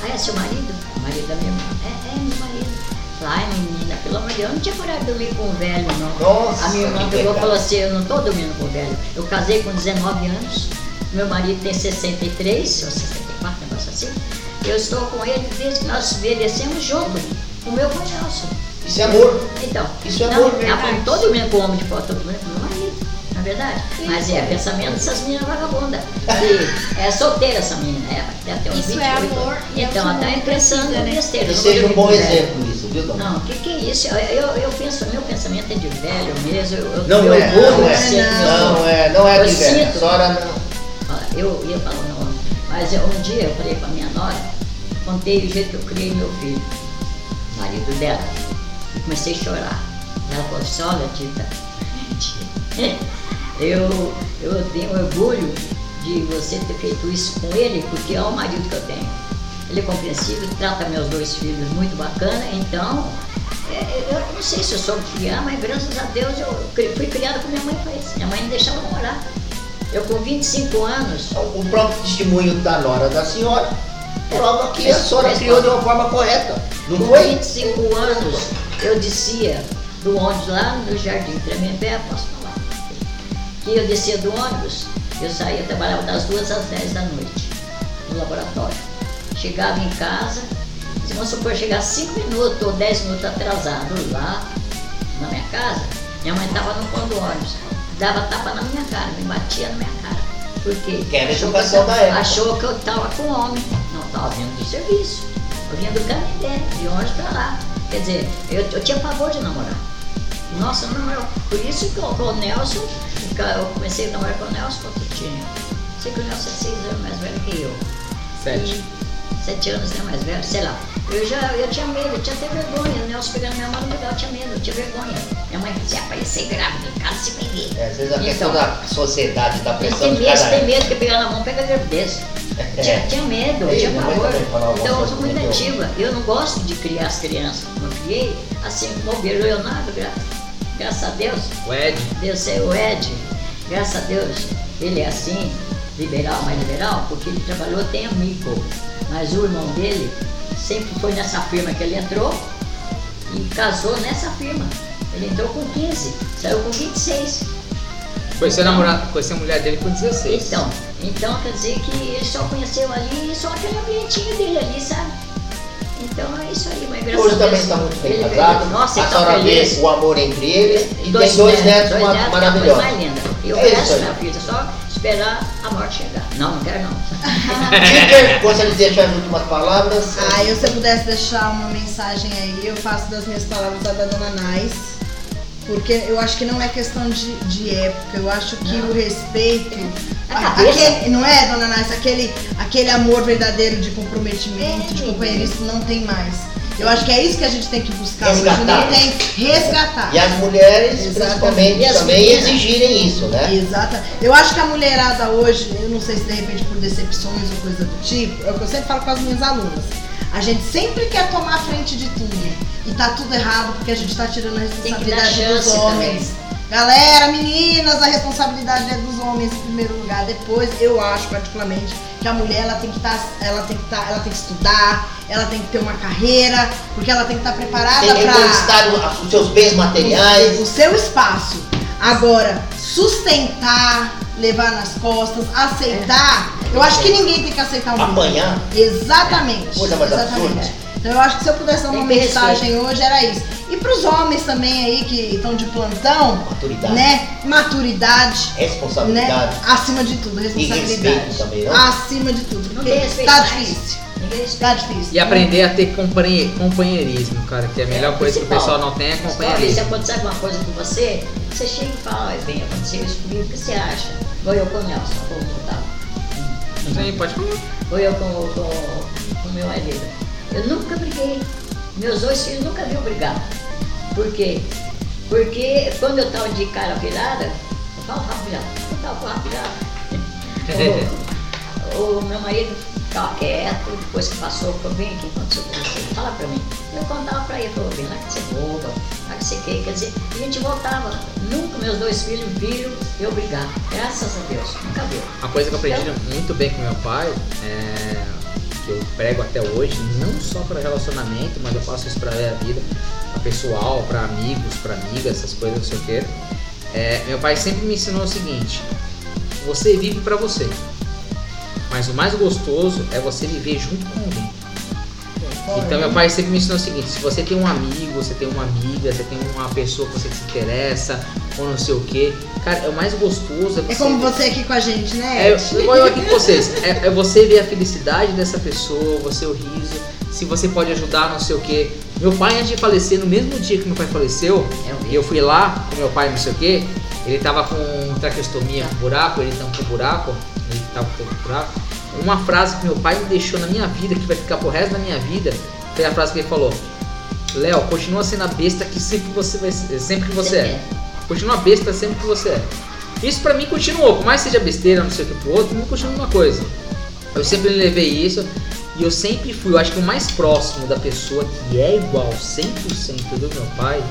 ah, é seu marido? É o marido da minha irmã. É, é meu marido. Falei, Ai, menina, pelo amor de Deus, eu não tinha coragem de dormir com o velho, não.
Nossa,
a minha
que
irmã pegou e
pecado.
falou assim, eu não estou dormindo com o velho. Eu casei com 19 anos, meu marido tem 63, ou 64, negócio assim. Eu estou com ele desde que nós envelhecemos juntos. O meu com o Nelson.
Isso é amor.
Então,
Isso é
não,
amor,
ela
verdade.
falou, todo mundo com homem de fora, todo mundo com marido, na verdade. Mas é pensamento dessas meninas vagabundas. E é solteira essa menina, é, deve ter uns
Isso
28.
é amor e é o que
então, ela
o
tá
mundo
pensando
precisa, né?
besteira.
Que
não é
seja um
vou
bom
dormir com velho.
exemplo isso, viu, Dona?
Não, o que, que é isso? Eu, eu, eu penso, meu pensamento é de velho mesmo. Eu, eu,
Não
eu
é,
vou
não é.
ser-
Não é, não é
Eu
de velho. A
sinto.
senhora não.
Olha, Eu ia falar o nome, mas eu- um dia eu falei pra minha nora, contei o jeito que eu criei meu filho, marido dela, e comecei a chorar. Ela falou assim, olha Tita, (laughs) eu, eu tenho orgulho de você ter feito isso com ele, porque é o marido que eu tenho. Ele é compreensível, trata meus dois filhos muito bacana, então é, eu não sei se eu soube criar, é, mas graças a Deus eu cri- fui criada como minha mãe fez. Minha mãe não deixava eu morar. Eu com 25 anos,
O próprio testemunho da nora da senhora prova que a
Isso,
senhora
isso.
criou de uma forma correta. Não
com
foi?
25 anos, eu descia do ônibus lá no Jardim Tremembé, posso falar, que eu descia do ônibus, eu saía, eu trabalhava das 2 às 10 da noite no laboratório. Chegava em casa, se vamos supor chegar 5 minutos ou 10 minutos atrasado lá na minha casa, minha mãe estava no ponto do ônibus. dava tapa na minha cara, me batia na minha cara. Porque
Que era a
achou
educação
que eu-
da época.
Achou que eu estava com homem. Não estava vindo do serviço. Eu vinha do Canindé, de onde para lá. Quer dizer, eu, eu tinha pavor de namorar. Nossa, não, eu, por isso que eu- com o Nelson, eu comecei a namorar com o Nelson quando eu tinha. Sei que o Nelson é seis anos mais velho que eu.
Sete.
Sete anos, né? Mais velho, sei lá. Eu já eu tinha medo, eu tinha até vergonha. O Nelson pegando minha mão no lugar, eu tinha medo, eu tinha vergonha. Minha mãe dizia, aparecer grávida, em casa se perder.
É, às vezes a questão
Então.
da sociedade, da
Tem
pressão
medo,
de cada um.
tem
época.
medo, que pegar na mão pega gravidez. Tinha, tinha medo,
Ei,
tinha
minha mãe
pavor.
também falava
Então eu
bastante
sou muito
comigo.
ativa. Eu não gosto de criar as crianças como eu criei, assim como o Leonardo, gra graças a Deus.
O Ed.
Deus é o Ed, graças a Deus, ele é assim, liberal, mais liberal, porque ele trabalhou até amigo. Mas o irmão dele sempre foi nessa firma que ele entrou e casou nessa firma. Ele entrou com 15, saiu com 26.
Conheceu a namorada, conheceu a mulher dele com 16.
Então, então quer dizer que ele só conheceu ali, só aquele ambientinho dele ali, sabe? Então é isso aí, mas graças
Hoje
a Deus.
também está muito bem
ele-
casado.
Nossa,
a
ele tá
senhora
feliz.
vê o amor entre eles e tem dois netos,
dois
ma-
netos, que é a coisa
maravilhosos.
mais linda. E o
É isso
resto,
aí.
minha filha, só esperar a morte chegar. Não, não quero não.
Dicker, gostaria de deixar as últimas palavras.
Ah, eu se eu pudesse deixar uma mensagem aí, eu faço das minhas palavras a da dona Nais. Porque eu acho que não é questão de, de época, eu acho que o respeito.
É a cabeça.
aquele- não é, dona Nais? Aquele, aquele amor verdadeiro de comprometimento,
É.
de companheirismo, não tem mais. Eu acho que é isso que a gente tem que buscar hoje,
Resgatar.
não tem resgatar.
E as mulheres,
Exatamente.
principalmente,
E as
também
meninas.
exigirem isso,
É?
né?
Exata. Eu acho que a mulherada hoje, eu não sei se de repente por decepções ou coisa do tipo, é o que eu sempre falo com as minhas alunas. A gente sempre quer tomar a frente de tudo. E tá tudo errado porque a gente tá tirando a
Tem que dar
responsabilidade dos
chance
homens. Galera, meninas, a responsabilidade é dos homens em primeiro lugar. Depois, eu acho particularmente que a mulher ela tem que estar, ela tem que estar, ela tem que estudar, ela tem que ter uma carreira, porque ela tem que estar preparada
Tem que
para
conquistar o- os seus bens materiais.
o seu espaço. Agora, sustentar, levar nas costas, aceitar. Eu acho que ninguém tem que aceitar um
Apanhar.
Exatamente.
Coisa mais
exatamente.
absurda.
Então eu acho que se eu pudesse dar uma
Tem que ter
mensagem hoje era isso. E pros homens também aí que estão de plantão,
Maturidade.
né? Maturidade,
Responsabilidade.
né? Acima de tudo, responsabilidade.
respeito também, né?
Acima de tudo.
Não
porque
tem respeito
tá
mais.
difícil.
Ninguém
Tá
espera.
difícil.
E aprender a ter companhe- companheirismo, cara, que a melhor
É,
coisa que o
principal.
pessoal não tem é
Se
companheirismo.
acontecer alguma coisa com você, você chega e fala, olha, bem, aconteceu isso comigo, o que você acha? Vou eu com o Nelson, vou voltar.
Sim, pode falar.
Vou eu com o com, com o meu marido. Eu nunca briguei. Meus dois filhos nunca viram brigar. Por quê? Porque quando eu estava de cara virada, eu estava com a virada, eu estava com
(laughs)
a virada. O, o meu marido estava quieto, depois que passou, falou, bem, o que aconteceu com você? Fala pra mim. Eu contava pra ele, falou, bem, lá que você é boba, lá que você quer, quer dizer, a gente voltava. Nunca meus dois filhos viram eu brigar. Graças a Deus, nunca viu.
Uma coisa que eu aprendi muito bem com meu pai, é, que eu prego até hoje, não só para relacionamento, mas eu faço isso para a vida, para pessoal, para amigos, para amigas, essas coisas, não sei o quê. É, meu pai sempre me ensinou o seguinte: você vive para você, mas o mais gostoso é você viver junto com alguém. Então meu pai sempre me ensinou o seguinte, se você tem um amigo, você tem uma amiga, você tem uma pessoa que você se interessa, ou não sei o quê, cara, é o mais gostoso é você
É como você aqui com a gente, né?
é, eu,
Ed?
eu aqui com vocês. É, é você ver a felicidade dessa pessoa, você o riso, se você pode ajudar, não sei o quê. Meu pai, antes de falecer, no mesmo dia que meu pai faleceu, e eu fui lá com meu pai, não sei o quê, ele tava com traqueostomia com buraco, ele tampou buraco, ele tava com tampou buraco. Uma frase que meu pai me deixou na minha vida, que vai ficar pro resto da minha vida, foi a frase que ele falou: Léo, continua sendo a besta que sempre você vai ser- sempre que você é. Continua besta sempre que você é. Isso pra mim continuou, por mais que seja besteira, não sei o que pro outro, não continua uma coisa. Eu sempre levei isso e eu sempre fui, eu acho que o mais próximo da pessoa que é igual 100% do meu pai,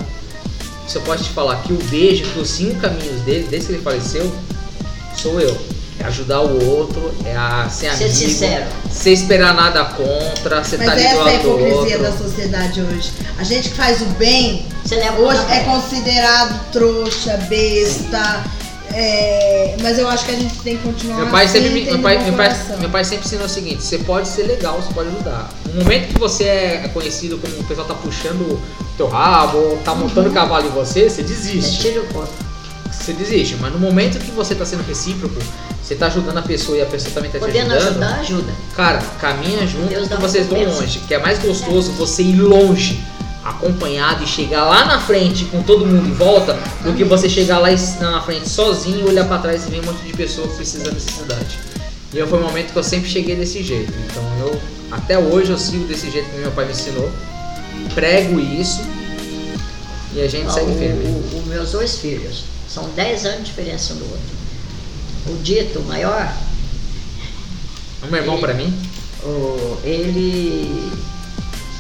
se eu posso te falar que eu vejo que os cinco caminhos dele, desde que ele faleceu, sou eu. É ajudar o outro, é a ser
Ser
amigo,
sincero.
sem esperar nada contra, você tá
Mas
ali do
essa é a
lado do outro.
hipocrisia da sociedade hoje. A gente que faz o bem
Você leva um
hoje
pra-
é considerado trouxa, besta. é, mas eu acho que a gente tem que continuar.
Meu pai,
assim,
sempre, me-
tendo
meu, pai,
bom
meu, pai,
coração.
meu pai sempre ensinou o seguinte: você pode ser legal, você pode ajudar. No momento que você é conhecido como o pessoal tá
Uhum.
puxando o teu rabo, ou tá montando o cavalo em você, você
Você
É
desiste.
tira o corpo.
Você você desiste. Mas no momento que você tá sendo recíproco, você tá ajudando a pessoa e a pessoa também tá te
Podendo
ajudando.
ajudar, ajuda.
Cara, caminha junto
Deus
que
dá um
vocês vão
recompensa.
longe. Que é mais gostoso você ir longe, acompanhado e chegar lá na frente com todo mundo em volta, do que você chegar lá es- na frente sozinho, olhar pra trás e ver um monte de pessoa que precisa da necessidade. E eu- foi um momento que eu sempre cheguei desse jeito. Então eu, até hoje, eu sigo desse jeito que meu pai me ensinou. Prego isso e a gente
Ó,
segue firme.
o- o- Os meus dois filhos são 10 anos de diferença um do outro. O dito o maior,
O meu É um irmão, pra mim,
o- ele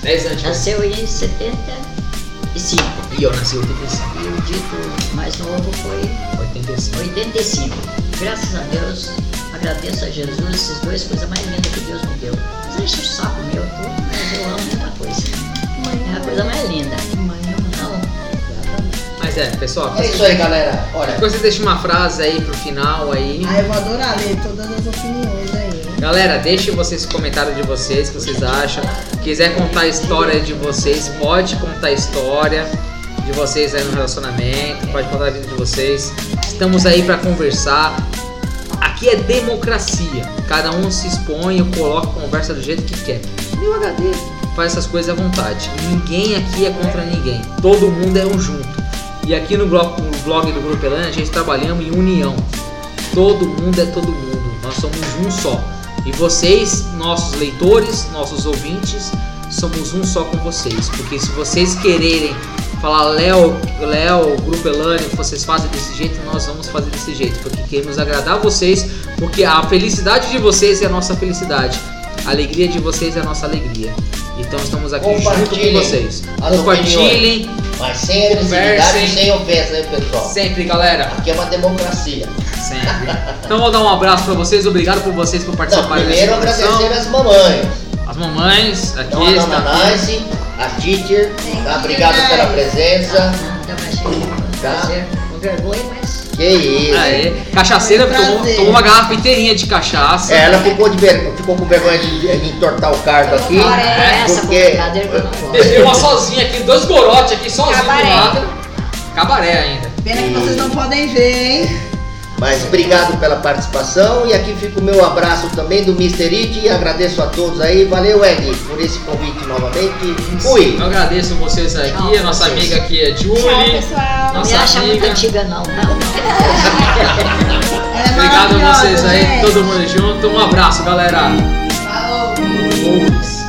10 anos. de diferença.
nasceu em 75.
E eu nasci em 85.
E o dito mais novo foi
85.
85. Graças a Deus, agradeço a Jesus essas duas coisas mais lindas que Deus me deu. Mas enche o saco meu todo, mas eu amo muita coisa. É a coisa mais linda. Então, Não,
Mas é, pessoal,
É isso aí, galera. Olha,
Você deixa uma frase aí pro final aí.
Ah, eu vou adorar ler todas as opiniões aí.
Galera, deixe vocês o comentário de vocês, o que vocês acham. Quiser contar a história de vocês, pode contar a história de vocês aí no relacionamento, pode contar a vida de vocês. Estamos aí pra conversar. Aqui é democracia. Cada um se expõe, coloca, conversa do jeito que quer. Meu HD faz essas coisas à vontade. Ninguém aqui é contra ninguém. Todo mundo é um junto. E aqui no blog, no blog do Grupo Elan, a gente trabalhamos em união. Todo mundo é todo mundo. Nós somos um só. E vocês, nossos leitores, nossos ouvintes, somos um só com vocês. Porque se vocês quererem falar, Léo, Léo, Grupo Elane, vocês fazem desse jeito, nós vamos fazer desse jeito. Porque queremos agradar vocês, porque a felicidade de vocês é a nossa felicidade. A alegria de vocês é a nossa alegria. Então estamos aqui junto com
Compartilhem
vocês.
as
Compartilhem
mas sem agressividade,
Conversem.
sem ofensa, hein, pessoal?
sempre, galera.
Aqui é uma democracia.
Sempre. Então vou dar um abraço pra vocês, obrigado por vocês por
Não,
participarem
primeiro
dessa
agradecer
conversão.
as mamães.
As mamães aqui
Então, a
estão
dona
aqui.
Nancy, a teacher, tá? Obrigado pela presença.
nada mais
Tá.
que prazer. Com vergonha, mas
Que isso.
Aê. Cachaceira
Foi um
tomou,
prazer.
tomou uma garrafa inteirinha de cachaça.
É, ela ficou, de ver- ficou com vergonha de, de entortar o cardo aqui. né?
agora é essa
porque-
brincadeira que eu não gosto.
Bebeu uma sozinha aqui, dois gorotes aqui sozinho
Cabaré.
do lado. Cabaré ainda.
Pena que vocês
Hum.
não podem ver, hein?
Mas obrigado pela participação e aqui fica o meu abraço também do Mr. It e agradeço a todos aí. Valeu, Ed, por esse convite novamente. Fui!
Eu agradeço vocês aqui,
Tchau,
a nossa
vocês.
amiga aqui é Julie.
Tchau, pessoal.
Não me
Nossa
acha muito
amiga.
antiga, não, tá?
Ela é
Obrigado a
maravilhosa,
vocês aí,
gente.
todo mundo junto. Um abraço, galera.
Falou.
Dois.